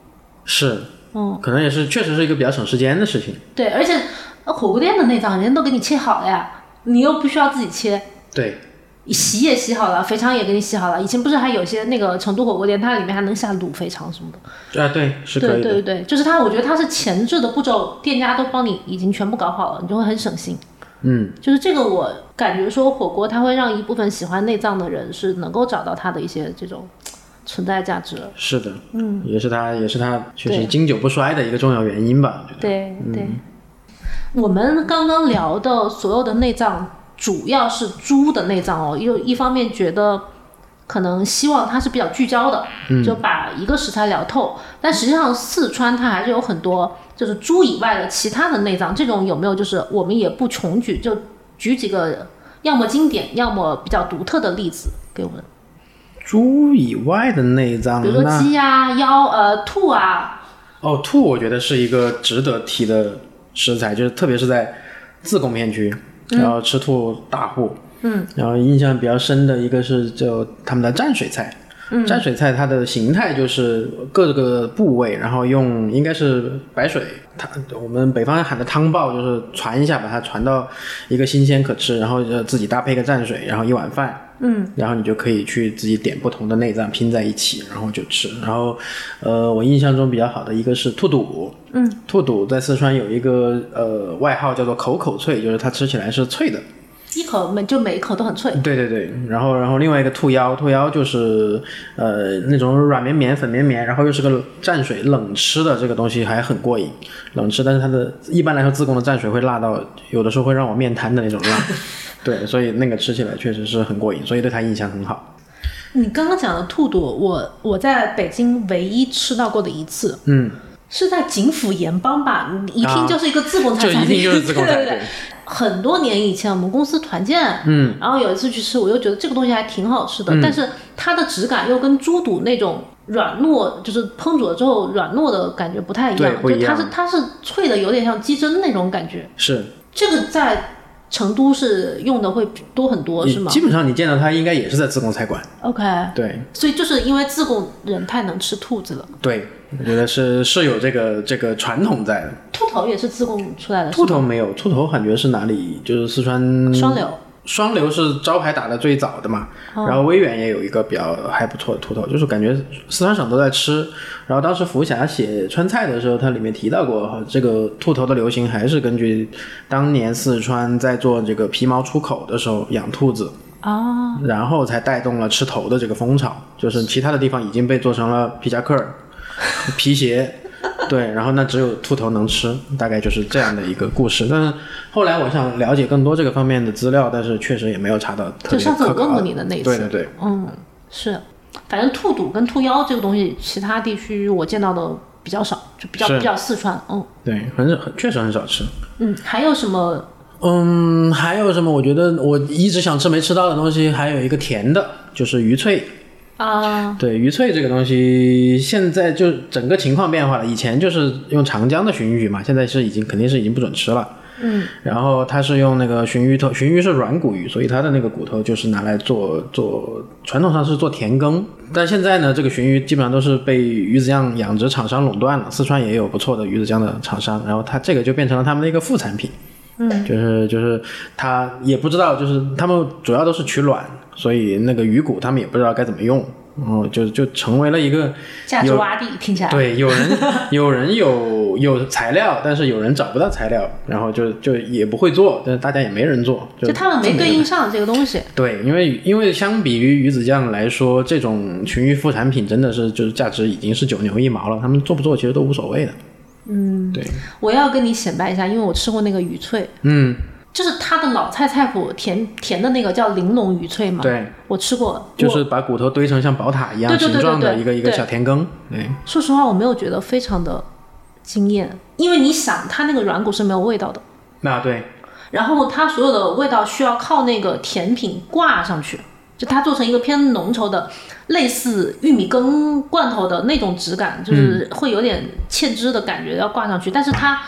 Speaker 2: 是，
Speaker 1: 嗯，
Speaker 2: 可能也是确实是一个比较省时间的事情。
Speaker 1: 对，而且呃火锅店的内脏人家都给你切好了呀，你又不需要自己切，
Speaker 2: 对，
Speaker 1: 洗也洗好了，肥肠也给你洗好了。以前不是还有些那个成都火锅店，它里面还能下卤肥肠什么的。
Speaker 2: 啊，对，是可
Speaker 1: 对
Speaker 2: 以
Speaker 1: 对
Speaker 2: 的。
Speaker 1: 对对，就是它，我觉得它是前置的步骤，店家都帮你已经全部搞好了，你就会很省心。
Speaker 2: 嗯，
Speaker 1: 就是这个，我感觉说火锅它会让一部分喜欢内脏的人是能够找到它的一些这种嘖存在价值。
Speaker 2: 是的，嗯，也是它，也是它确
Speaker 1: 对
Speaker 2: 实经久不衰的一个重要原因吧。我觉得
Speaker 1: 对对，我们刚刚聊的所有的内脏，主要是猪的内脏哦。又一方面觉得可能希望它是比较聚焦的，就把一个食材聊透。但实际上，四川它还是有很多就是猪以外的其他的内脏。这种有没有就是我们也不穷举，就举几个要么经典，要么比较独特的例子给我们，
Speaker 2: 猪以外的内脏，
Speaker 1: 比如说
Speaker 2: 嗯那
Speaker 1: 鸡啊、腰呃、兔啊，
Speaker 2: 哦，兔我觉得是一个值得提的食材，就是特别是在自贡片区，然后吃兔大户。
Speaker 1: 嗯，
Speaker 2: 然后印象比较深的一个是就他们的蘸水菜。蘸水菜它的形态就是各个部位，然后用应该是白水，它我们北方喊的汤爆，就是传一下把它传到一个新鲜可吃，然后呃自己搭配一个蘸水，然后一碗饭，
Speaker 1: 嗯，
Speaker 2: 然后你就可以去自己点不同的内脏拼在一起，然后就吃。然后呃，我印象中比较好的一个是兔肚，嗯，兔肚在四川有一个呃外号叫做口口脆，就是它吃起来是脆的，
Speaker 1: 一口每就每一口都很脆。
Speaker 2: 对对对，然后然后另外一个兔腰，兔腰就是呃那种软绵绵、粉绵绵，然后又是个蘸水冷吃的这个东西还很过瘾，冷吃，但是它的一般来说自贡的蘸水会辣到，有的时候会让我面瘫的那种辣， 对，所以那个吃起来确实是很过瘾，所以对它印象很好。
Speaker 1: 你刚刚讲的兔肚，我我在北京唯一吃到过的一次，
Speaker 2: 嗯，
Speaker 1: 是在景府盐帮吧？你一听
Speaker 2: 啊
Speaker 1: 就是一个自贡菜
Speaker 2: 就
Speaker 1: 餐
Speaker 2: 一
Speaker 1: 厅，
Speaker 2: 定就是自贡 菜，
Speaker 1: 对对对。很多年以前，我们公司团建，
Speaker 2: 嗯，
Speaker 1: 然后有一次去吃，我又觉得这个东西还挺好吃的，但是它的质感又跟猪肚那种软糯，就是烹煮了之后软糯的感觉不太一
Speaker 2: 对
Speaker 1: 样，
Speaker 2: 不一
Speaker 1: 就它
Speaker 2: 样
Speaker 1: 是它是脆的，有点像鸡胗那种感觉。
Speaker 2: 是，
Speaker 1: 这个在成都是用的会多很多，是
Speaker 2: 你
Speaker 1: 吗哎
Speaker 2: 基本上你见到它应该也是在自贡菜馆，
Speaker 1: ？OK，
Speaker 2: 对
Speaker 1: 所以就是因为自贡人太能吃兔子了。
Speaker 2: 对，我觉得是是有这个这个传统在的。
Speaker 1: 兔头呃也是自贡出来的，
Speaker 2: 兔头没有，兔头感觉是哪里？就是四川
Speaker 1: 双流。
Speaker 2: 双流是招牌打的最早的嘛，
Speaker 1: 哦
Speaker 2: 然后威远也有一个比较还不错的兔头，就是感觉四川省都在吃。然后当时福霞写川菜的时候，它里面提到过，这个兔头的流行还是根据当年四川在做这个皮毛出口的时候养兔子，
Speaker 1: 啊，
Speaker 2: 然后才带动了吃头的这个风潮，就是其他的地方已经被做成了皮夹 克儿、皮鞋，对，然后那只有兔头能吃，大概就是这样的一个故事。但是后来我想了解更多这个方面的资料，但是确实也没有查到特
Speaker 1: 就
Speaker 2: 别
Speaker 1: 上次
Speaker 2: 可
Speaker 1: 我问
Speaker 2: 靠
Speaker 1: 过
Speaker 2: 的。
Speaker 1: 你的那一次，
Speaker 2: 对对对，
Speaker 1: 嗯，是，反正兔肚跟兔腰这个东西，其他地区我见到的比较少，就比较
Speaker 2: 是
Speaker 1: 比较四川，嗯
Speaker 2: 对，很少，确实很少吃。
Speaker 1: 嗯，还有什么？
Speaker 2: 嗯，还有什么？我觉得我一直想吃没吃到的东西，还有一个甜的，就是鱼脆。
Speaker 1: 啊、
Speaker 2: 对鱼脆这个东西，现在就整个情况变化了。以前就是用长江的鲟鱼嘛，现在是已经肯定是已经不准吃了。
Speaker 1: 嗯，
Speaker 2: 然后它是用那个鲟鱼头，鲟鱼是软骨鱼，所以它的那个骨头就是拿来做做传统上是做田耕，但现在呢，这个鲟鱼基本上都是被鱼子酱养殖厂商垄断了。四川也有不错的鱼子酱的厂商，然后它这个就变成了他们的一个副产品。嗯，就是就是它也不知道，就是他们主要都是取卵，所以那个鱼骨他们也不知道该怎么用，然后就就成为了一个
Speaker 1: 价值洼地听起来，
Speaker 2: 对，有 人有人有有材料，但是有人找不到材料，然后就就也不会做，但是大家也没人做，就
Speaker 1: 就他们没对应上这个东西，
Speaker 2: 对，因为因为相比于鱼子酱来说，这种群鱼副产品真的是就是价值已经是九牛一毛了，他们做不做其实都无所谓的。嗯，对，
Speaker 1: 我要跟你显摆一下，因为我吃过那个鱼脆，
Speaker 2: 嗯，
Speaker 1: 就是它的老菜菜谱甜甜的那个叫玲珑鱼脆嘛，
Speaker 2: 对，
Speaker 1: 我吃过，
Speaker 2: 就
Speaker 1: 我
Speaker 2: 是把骨头堆成像宝塔一样
Speaker 1: 对对对
Speaker 2: 形状的
Speaker 1: 对对
Speaker 2: 一个一个
Speaker 1: 对
Speaker 2: 小田埂。对，
Speaker 1: 说实话我没有觉得非常的惊艳，因为你想它那个软骨是没有味道的。
Speaker 2: 那对，
Speaker 1: 然后它所有的味道需要靠那个甜品挂上去，就它做成一个偏浓稠的，类似玉米羹罐头的那种质感，就是
Speaker 2: 嗯
Speaker 1: 会有点芡汁的感觉要挂上去，但是它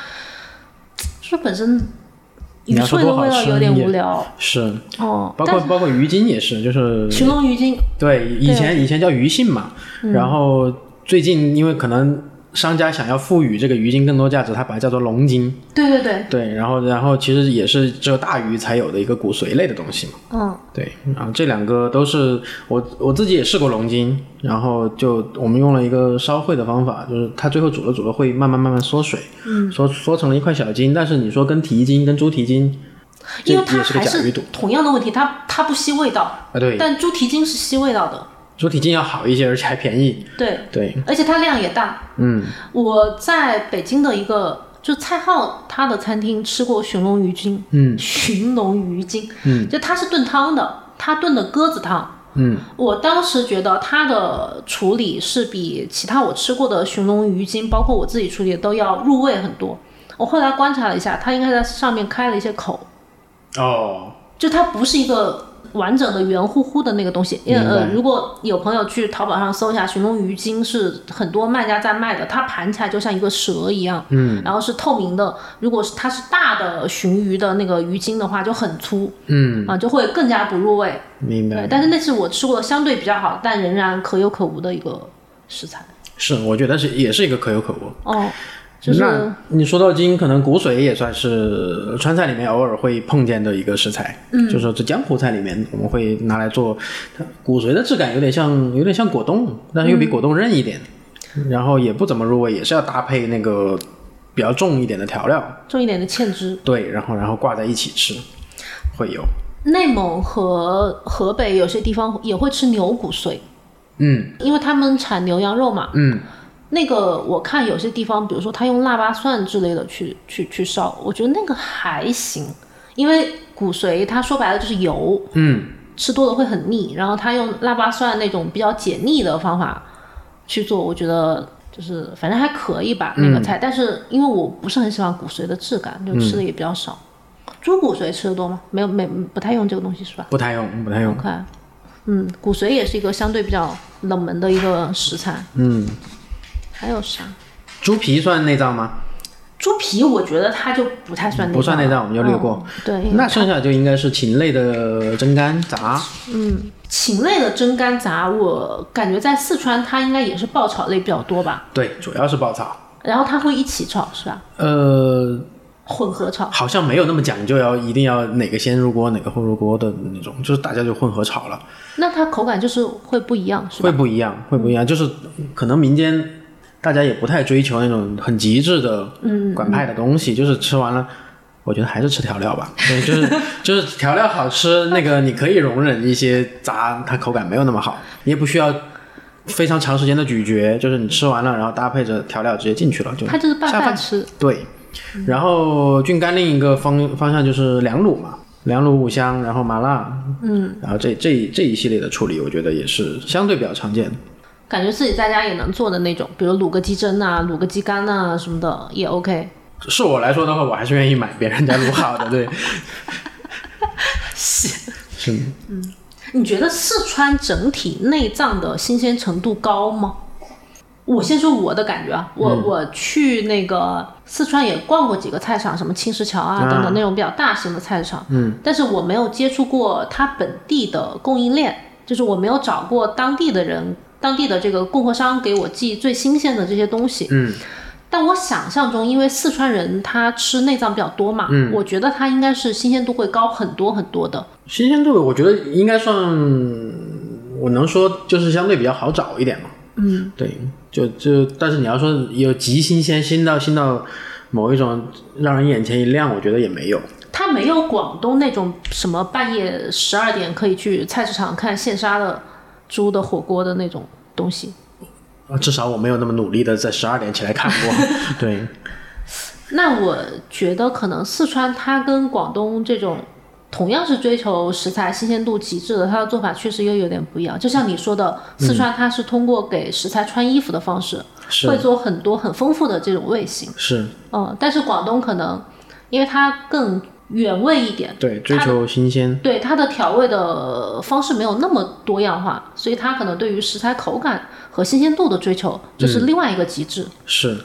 Speaker 1: 说本身
Speaker 2: 你
Speaker 1: 鱼
Speaker 2: 要说
Speaker 1: 脆
Speaker 2: 多
Speaker 1: 的味
Speaker 2: 好
Speaker 1: 道
Speaker 2: 吃
Speaker 1: 有点
Speaker 2: 也
Speaker 1: 无聊
Speaker 2: 是，
Speaker 1: 哦。
Speaker 2: 包
Speaker 1: 但
Speaker 2: 括呃
Speaker 1: 是
Speaker 2: 包括鱼精也是，就是
Speaker 1: 寻龙鱼精，
Speaker 2: 对，以前以前叫鱼信嘛，
Speaker 1: 嗯
Speaker 2: 然后最近因为可能商家想要赋予这个鱼精更多价值，他把它叫做龙筋。
Speaker 1: 对对对，
Speaker 2: 对，然后然后其实也是只有大鱼才有的一个骨髓类的东西嘛。
Speaker 1: 嗯，
Speaker 2: 对，然后这两个都是我我自己也试过龙筋，然后就我们用了一个烧烩的方法，就是它最后煮了煮了会慢慢慢慢缩水，嗯，缩缩成了一块小筋。但是你说跟蹄筋跟猪蹄筋，这
Speaker 1: 因为它
Speaker 2: 也是个
Speaker 1: 还
Speaker 2: 甲鱼
Speaker 1: 是
Speaker 2: 肚
Speaker 1: 同样的问题，它它不吸味道，
Speaker 2: 啊，对，
Speaker 1: 但猪蹄筋是吸味道的，
Speaker 2: 猪蹄筋要好一些，而且还便宜。
Speaker 1: 对，
Speaker 2: 对，
Speaker 1: 而且它量也大。
Speaker 2: 嗯，
Speaker 1: 我在北京的一个就蔡浩他的餐厅吃过寻龙鱼精，
Speaker 2: 嗯，
Speaker 1: 寻龙鱼精，嗯，就它是炖汤的，它炖的鸽子汤。
Speaker 2: 嗯，
Speaker 1: 我当时觉得它的处理是比其他我吃过的寻龙鱼精，包括我自己处理的都要入味很多。我后来观察了一下，它应该在上面开了一些口，
Speaker 2: 哦，
Speaker 1: 就它不是一个完整的圆乎乎的那个东西。因为
Speaker 2: 明白
Speaker 1: 呃，如果有朋友去淘宝上搜一下寻龙鱼精，是很多卖家在卖的，它盘起来就像一个蛇一样，嗯，然后是透明的。如果是它是大的鲟鱼的那个鱼精的话，就很粗，
Speaker 2: 嗯，
Speaker 1: 啊，就会更加不入味。
Speaker 2: 明白
Speaker 1: 对，。但是那是我吃过的相对比较好，但仍然可有可无的一个食材。
Speaker 2: 是，我觉得是也是一个可有可无。
Speaker 1: 哦，就是
Speaker 2: 那你说到筋，可能骨髓也算是呃川菜里面偶尔会碰见的一个食材，嗯，就是说这江湖菜里面我们会拿来做，它骨髓的质感有点像有点像果冻，但是又比果冻韧一点，然后也不怎么入味，也是要搭配那个比较重一点的调料，
Speaker 1: 重一点的芡汁。
Speaker 2: 对，然后然后挂在一起吃，会有，
Speaker 1: 内蒙和河北有些地方也会吃牛骨髓，
Speaker 2: 嗯
Speaker 1: 因为他们产牛羊肉嘛。
Speaker 2: 嗯，
Speaker 1: 那个我看有些地方，比如说他用腊八蒜之类的去去去烧，我觉得那个还行，因为骨髓它说白了就是油，
Speaker 2: 嗯，
Speaker 1: 吃多了会很腻。然后他用腊八蒜那种比较解腻的方法去做，我觉得就是反正还可以吧那个
Speaker 2: 嗯
Speaker 1: 菜。但是因为我不是很喜欢骨髓的质感，就吃的也比较少。猪骨髓吃的多吗？没有，没不太用这个东西是吧？
Speaker 2: 不太用不太用，
Speaker 1: OK，嗯，骨髓也是一个相对比较冷门的一个食材。
Speaker 2: 嗯，
Speaker 1: 还有啥？
Speaker 2: 猪皮算内脏吗？
Speaker 1: 猪皮我觉得它就不太啊算内脏了，
Speaker 2: 不算内脏我们就略过
Speaker 1: 嗯对，
Speaker 2: 那剩下就应该是禽类的蒸干炸，
Speaker 1: 禽类的蒸干杂，我感觉在四川它应该也是爆炒类比较多吧，
Speaker 2: 对，主要是爆炒。
Speaker 1: 然后它会一起炒是吧？
Speaker 2: 呃，
Speaker 1: 混合炒。
Speaker 2: 好像没有那么讲究，要一定要哪个先入锅，哪个后入锅的那种，就是大家就混合炒了，
Speaker 1: 那它口感就是会不一样是吧？嗯
Speaker 2: 会不一样，会不一样。就是可能民间大家也不太追求那种很极致的
Speaker 1: 嗯
Speaker 2: 管派的东西，就是吃完了。我觉得还是吃调 料吧，对，就是就是调料好吃，那个你可以容忍一些杂，它口感没有那么好，你也不需要非常长时间的咀嚼，就是你吃完了，然后搭配着调料直接进去了，就
Speaker 1: 它就是拌
Speaker 2: 下
Speaker 1: 饭吃。
Speaker 2: 对，然后郡甘另一个方方向就是凉卤嘛，凉卤五香，然后麻辣，嗯，然后这这这一系列的处理，我觉得也是相对比较常见的。
Speaker 1: 感觉自己在家也能做的那种，比如卤个鸡胗啊、卤个鸡肝啊什么的也 OK。
Speaker 2: 是我来说的话，我还是愿意买别人家卤好 的，对，是是，
Speaker 1: 你觉得四川整体内脏的新鲜程度高吗？我先说我的感觉啊，我、我去那个四川也逛过几个菜场，什么青石桥啊
Speaker 2: 啊
Speaker 1: 等等那种比较大型的菜市场，嗯，但是我没有接触过它本地的供应链，就是我没有找过当地的人，当地的这个供货商给我寄最新鲜的这些东西，
Speaker 2: 嗯，
Speaker 1: 但我想象中，因为四川人他吃内脏比较多嘛，嗯，我觉得它应该是新鲜度会高很多很多的，
Speaker 2: 新鲜度我觉得应该算，我能说就是相对比较好找一点嘛，嗯，对，就就但是你要说有极新鲜，新到新到某一种让人眼前一亮，我觉得也没有。
Speaker 1: 它没有广东那种什么半夜十二点可以去菜市场看现杀的猪的火锅的那种东西。
Speaker 2: 啊，至少我没有那么努力的在十二点起来看过。 对，
Speaker 1: 那我觉得可能四川它跟广东这种同样是追求食材新鲜度极致的，它的做法确实又有点不一样。就像你说的，四川它是通过给食材穿衣服的方式，会
Speaker 2: 是
Speaker 1: 做很多很丰富的这种味型。
Speaker 2: 是，
Speaker 1: 嗯，但是广东可能因为它更原味一点，
Speaker 2: 对，追求新鲜。
Speaker 1: 对它的调味的方式没有那么多样化，所以它可能对于食材口感和新鲜度的追求，这是另外一个极致。
Speaker 2: 是，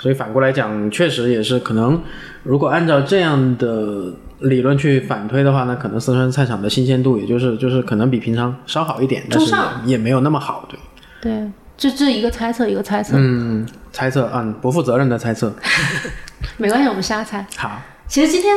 Speaker 2: 所以反过来讲，确实也是可能，如果按照这样的理论去反推的话呢，可能四川菜场的新鲜度，也就是就是可能比平常稍好一点，但是
Speaker 1: 中上
Speaker 2: 也也没有那么好，对。
Speaker 1: 对，这这一个猜测一个猜测，
Speaker 2: 嗯，猜测，嗯，不负责任的猜测。
Speaker 1: 没关系，我们瞎猜。
Speaker 2: 好，
Speaker 1: 其实今天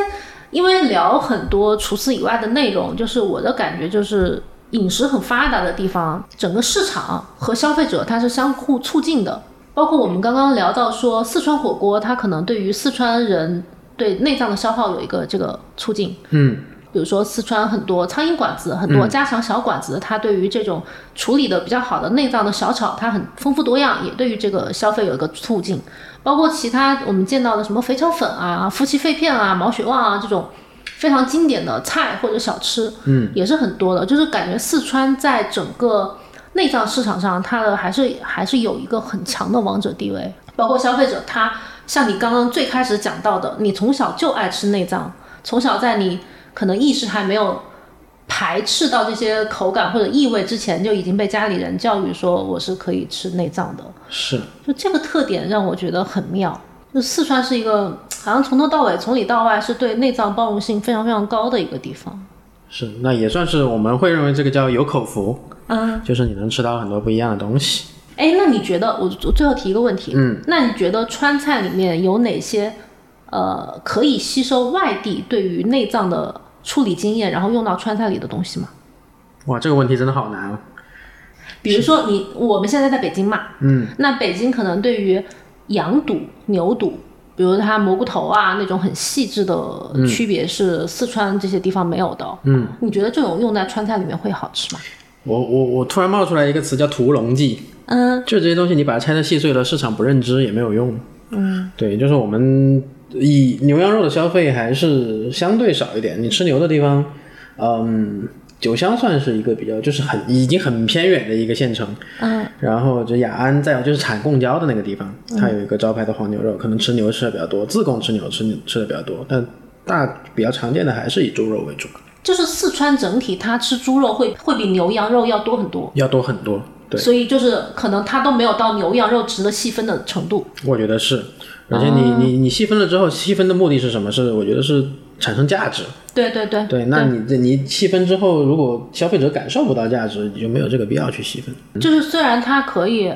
Speaker 1: 因为聊很多除此以外的内容，就是我的感觉就是饮食很发达的地方，整个市场和消费者它是相互促进的。包括我们刚刚聊到说四川火锅，它可能对于四川人对内脏的消耗有一个这个促进。
Speaker 2: 嗯，
Speaker 1: 比如说四川很多苍蝇馆子，很多家常小馆子，它对于这种处理的比较好的内脏的小炒，它很丰富多样，也对于这个消费有一个促进。包括其他我们见到的什么肥肠粉啊、夫妻肺片啊、毛血旺啊这种非常经典的菜或者小吃，嗯，也是很多的。就是感觉四川在整个内脏市场上，它的还是还是有一个很强的王者地位。包括消费者，他像你刚刚最开始讲到的，你从小就爱吃内脏，从小在你可能意识还没有排斥到这些口感或者异味之前，就已经被家里人教育说我是可以吃内脏的。
Speaker 2: 是，
Speaker 1: 就这个特点让我觉得很妙。就四川是一个好像从头到尾从里到外是对内脏包容性非常非常高的一个地方。
Speaker 2: 是，那也算是我们会认为这个叫有口福，
Speaker 1: 嗯，
Speaker 2: 就是你能吃到很多不一样的东西。
Speaker 1: 哎，那你觉得我我最后提一个问题，嗯，那你觉得川菜里面有哪些呃可以吸收外地对于内脏的处理经验，然后用到川菜里的东西吗？
Speaker 2: 哇，这个问题真的好难啊！
Speaker 1: 比如说你我们现在在北京嘛，嗯，那北京可能对于羊肚、牛肚，比如它蘑菇头啊那种很细致的区别是四川这些地方没有的，嗯，你觉得这种用在川菜里面会好吃吗？
Speaker 2: 我我我突然冒出来一个词叫屠龙记，
Speaker 1: 嗯，
Speaker 2: 就这些东西你把它拆得细碎了，市场不认知也没有用。嗯，对，就是我们以牛羊肉的消费还是相对少一点。你吃牛的地方，嗯，酒乡算是一个比较，就是很已经很偏远的一个县城。嗯，然后就雅安，再有就是产贡椒的那个地方，它有一个招牌的黄牛肉，可能吃牛吃的比较多，自贡吃牛吃吃的比较多，但大比较常见的还是以猪肉为主，
Speaker 1: 就是四川整体它吃猪肉会会比牛羊肉要多很多，
Speaker 2: 要多很多。对。
Speaker 1: 所以就是可能它都没有到牛羊肉值得细分的程度，
Speaker 2: 我觉得是，而且你、你你细分了之后，细分的目的是什么？是我觉得是产生价值。
Speaker 1: 对对对，
Speaker 2: 对，那你这你细分之后，如果消费者感受不到价值，你就没有这个必要去细分。
Speaker 1: 就是虽然它可以，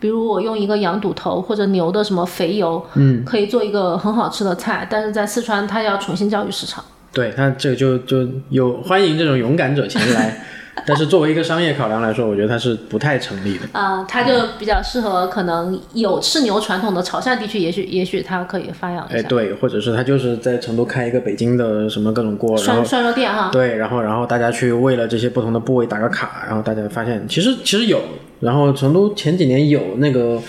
Speaker 1: 比如我用一个羊肚头或者牛的什么肥油，嗯，可以做一个很好吃的菜，但是在四川它要重新教育市场。
Speaker 2: 对，那这个就就有欢迎这种勇敢者前来，但是作为一个商业考量来说，我觉得它是不太成立的。
Speaker 1: 啊、它就比较适合可能有吃牛传统的潮汕地区，也许也许它可以发扬一
Speaker 2: 哎，
Speaker 1: 下
Speaker 2: 对，或者是他就是在成都开一个北京的什么各种锅，然后
Speaker 1: 涮涮肉店哈。
Speaker 2: 对，然后然后大家去为了这些不同的部位打个卡，然后大家发现其实其实有，然后成都前几年有那个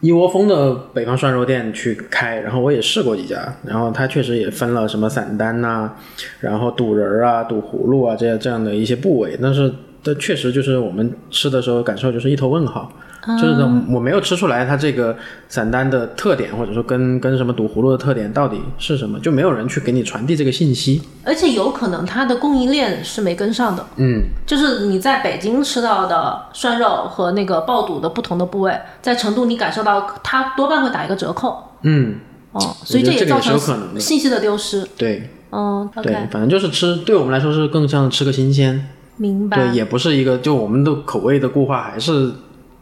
Speaker 2: 一窝蜂的北方涮肉店去开，然后我也试过几家，然后它确实也分了什么散丹呐、然后肚仁儿啊、肚葫芦啊这样这样的一些部位，但是但确实就是我们吃的时候感受就是一头问号。就是我没有吃出来它这个散丹的特点，或者说跟跟什么肚葫芦的特点到底是什么，就没有人去给你传递这个信息。
Speaker 1: 而且有可能它的供应链是没跟上的，
Speaker 2: 嗯，
Speaker 1: 就是你在北京吃到的涮肉和那个爆肚的不同的部位，在成都你感受到它多半会打一个折扣，
Speaker 2: 嗯，
Speaker 1: 哦，所以
Speaker 2: 我觉得
Speaker 1: 也
Speaker 2: 这个
Speaker 1: 造
Speaker 2: 也是有
Speaker 1: 成
Speaker 2: 可能的
Speaker 1: 信息的丢失。
Speaker 2: 对，
Speaker 1: 嗯
Speaker 2: 对
Speaker 1: ，OK，，
Speaker 2: 反正就是吃，对我们来说是更像吃个新鲜，
Speaker 1: 明白。
Speaker 2: 对，也不是一个就我们的口味的固化，还是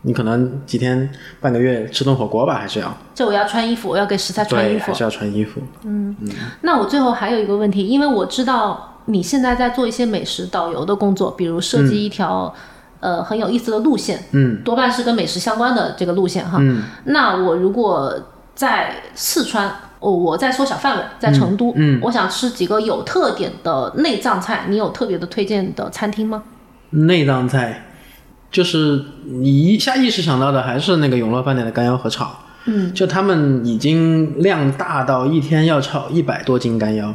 Speaker 2: 你可能几天半个月吃顿火锅吧，还是要
Speaker 1: 这我要穿衣服，我要给食材穿
Speaker 2: 对，
Speaker 1: 衣服
Speaker 2: 还。是要穿衣服。
Speaker 1: 那我最后还有一个问题，因为我知道你现在在做一些美食导游的工作，比如设
Speaker 2: 嗯
Speaker 1: 计一条、呃很有意思的路线，嗯，多半是跟美食相关的这个路线哈。嗯，那我如果在四川。我我在缩小范围，在成都嗯，我想吃几个有特点的内脏菜，你有特别的推荐的餐厅吗？
Speaker 2: 内脏菜就是你一下意识想到的还是那个永乐饭店的干腰和炒，嗯，就他们已经量大到一天要炒一百多斤干腰，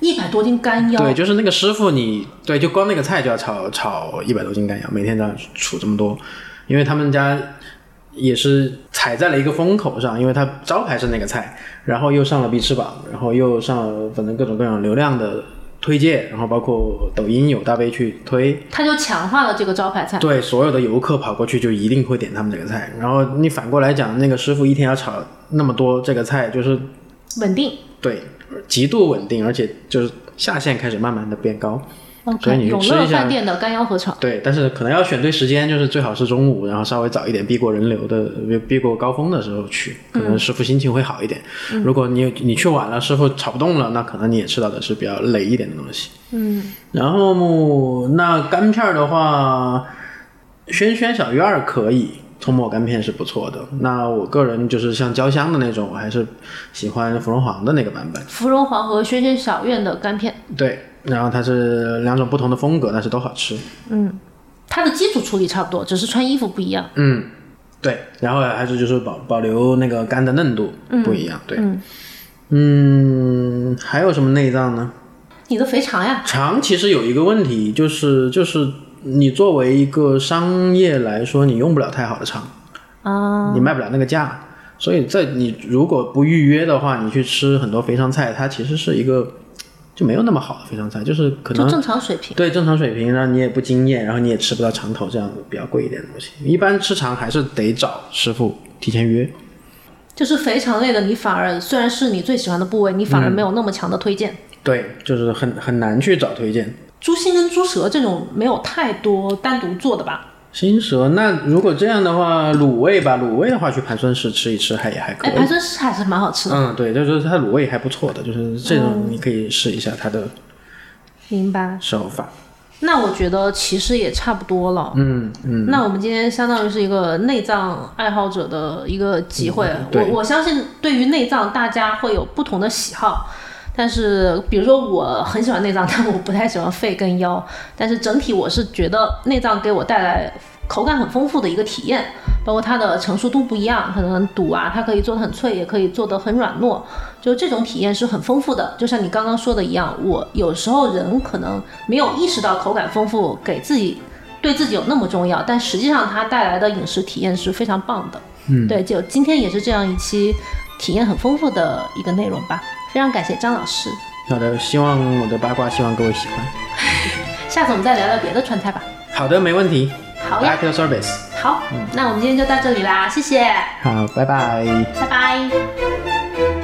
Speaker 1: 一百多斤干腰，
Speaker 2: 对，就是那个师傅你，对，就光那个菜就要炒炒一百多斤干羊，每天都要出这么多，因为他们家也是踩在了一个风口上，因为他招牌是那个菜，然后又上了必吃榜，然后又上了反正各种各样流量的。推荐，然后包括抖音有大 V 去推，
Speaker 1: 它就强化了这个招牌菜。
Speaker 2: 对所有的游客跑过去就一定会点他们这个菜。然后你反过来讲，那个师傅一天要炒那么多这个菜，就是
Speaker 1: 稳定
Speaker 2: 对极度稳定，而且就是下限开始慢慢的变高。所
Speaker 1: ，OK，
Speaker 2: 以你
Speaker 1: 永
Speaker 2: 吃
Speaker 1: 乐
Speaker 2: 一下
Speaker 1: 饭店的干腰和肠，
Speaker 2: 对，但是可能要选对时间，就是最好是中午，然后稍微早一点，避过人流的，呃避过高峰的时候去，可能师傅心情会好一点。如果你你去晚了，师傅炒不动了，那可能你也吃到的是比较累一点的东西。
Speaker 1: 嗯，
Speaker 2: 然后那干片儿的话，轩轩小院儿可以，葱末干片是不错的。那我个人就是像焦香的那种，我还是喜欢芙蓉皇的那个版本。
Speaker 1: 芙蓉皇和轩轩小院的干片，
Speaker 2: 对，然后它是两种不同的风格，但是都好吃。
Speaker 1: 它的基础处理差不多，只是穿衣服不一样。
Speaker 2: 嗯，对，然后还是就是保保留那个肝的嫩度不一样，对，嗯还有什么内脏呢？
Speaker 1: 你的肥肠呀，
Speaker 2: 肠其实有一个问题，就是就是你作为一个商业来说，你用不了太好的肠，
Speaker 1: 啊，
Speaker 2: 你卖不了那个价，所以在你如果不预约的话，你去吃很多肥肠菜，它其实是一个就没有那么好的肥肠菜，就是可能
Speaker 1: 就正常水平。
Speaker 2: 对正常水平，然后你也不惊艳，然后你也吃不到肠头这样比较贵一点的东西。一般吃肠还是得找师傅提前约。
Speaker 1: 就是肥肠类的，你反而虽然是你最喜欢的部位，你反而没有那么强的推荐。
Speaker 2: 对，就是很很难去找推荐。
Speaker 1: 猪心跟猪舌这种没有太多单独做的吧？
Speaker 2: 新蛇，那如果这样的话，卤味吧，卤味的话去盘孙市吃一吃还也还可
Speaker 1: 哎，
Speaker 2: 以。
Speaker 1: 盘孙市还是蛮好吃的。哦
Speaker 2: 嗯，对，就是它卤味还不错的，就是这种你可以试一下它的
Speaker 1: 明白。
Speaker 2: 手法。
Speaker 1: 那我觉得其实也差不多了。
Speaker 2: 嗯嗯，
Speaker 1: 那我们今天相当于是一个内脏爱好者的一个集会。
Speaker 2: 嗯对
Speaker 1: 我我相信对于内脏，大家会有不同的喜好。但是，比如说我很喜欢内脏，但我不太喜欢肺跟腰。但是整体我是觉得内脏给我带来口感很丰富的一个体验，包括它的成熟度不一样，可能很堵啊，它可以做的很脆，也可以做的很软糯，就这种体验是很丰富的。就像你刚刚说的一样，我有时候人可能没有意识到口感丰富给自己对自己有那么重要，但实际上它带来的饮食体验是非常棒的。嗯，对，就今天也是这样一期体验很丰富的一个内容吧。非常感谢张老师，
Speaker 2: 好的，希望我的八卦，希望各位喜欢。
Speaker 1: 下次我们再聊聊别的川菜吧。
Speaker 2: 好的，没问题。
Speaker 1: 好呀
Speaker 2: Back to service。
Speaker 1: 好，那我们今天就到这里啦，谢谢，
Speaker 2: 好，拜拜。
Speaker 1: 拜拜。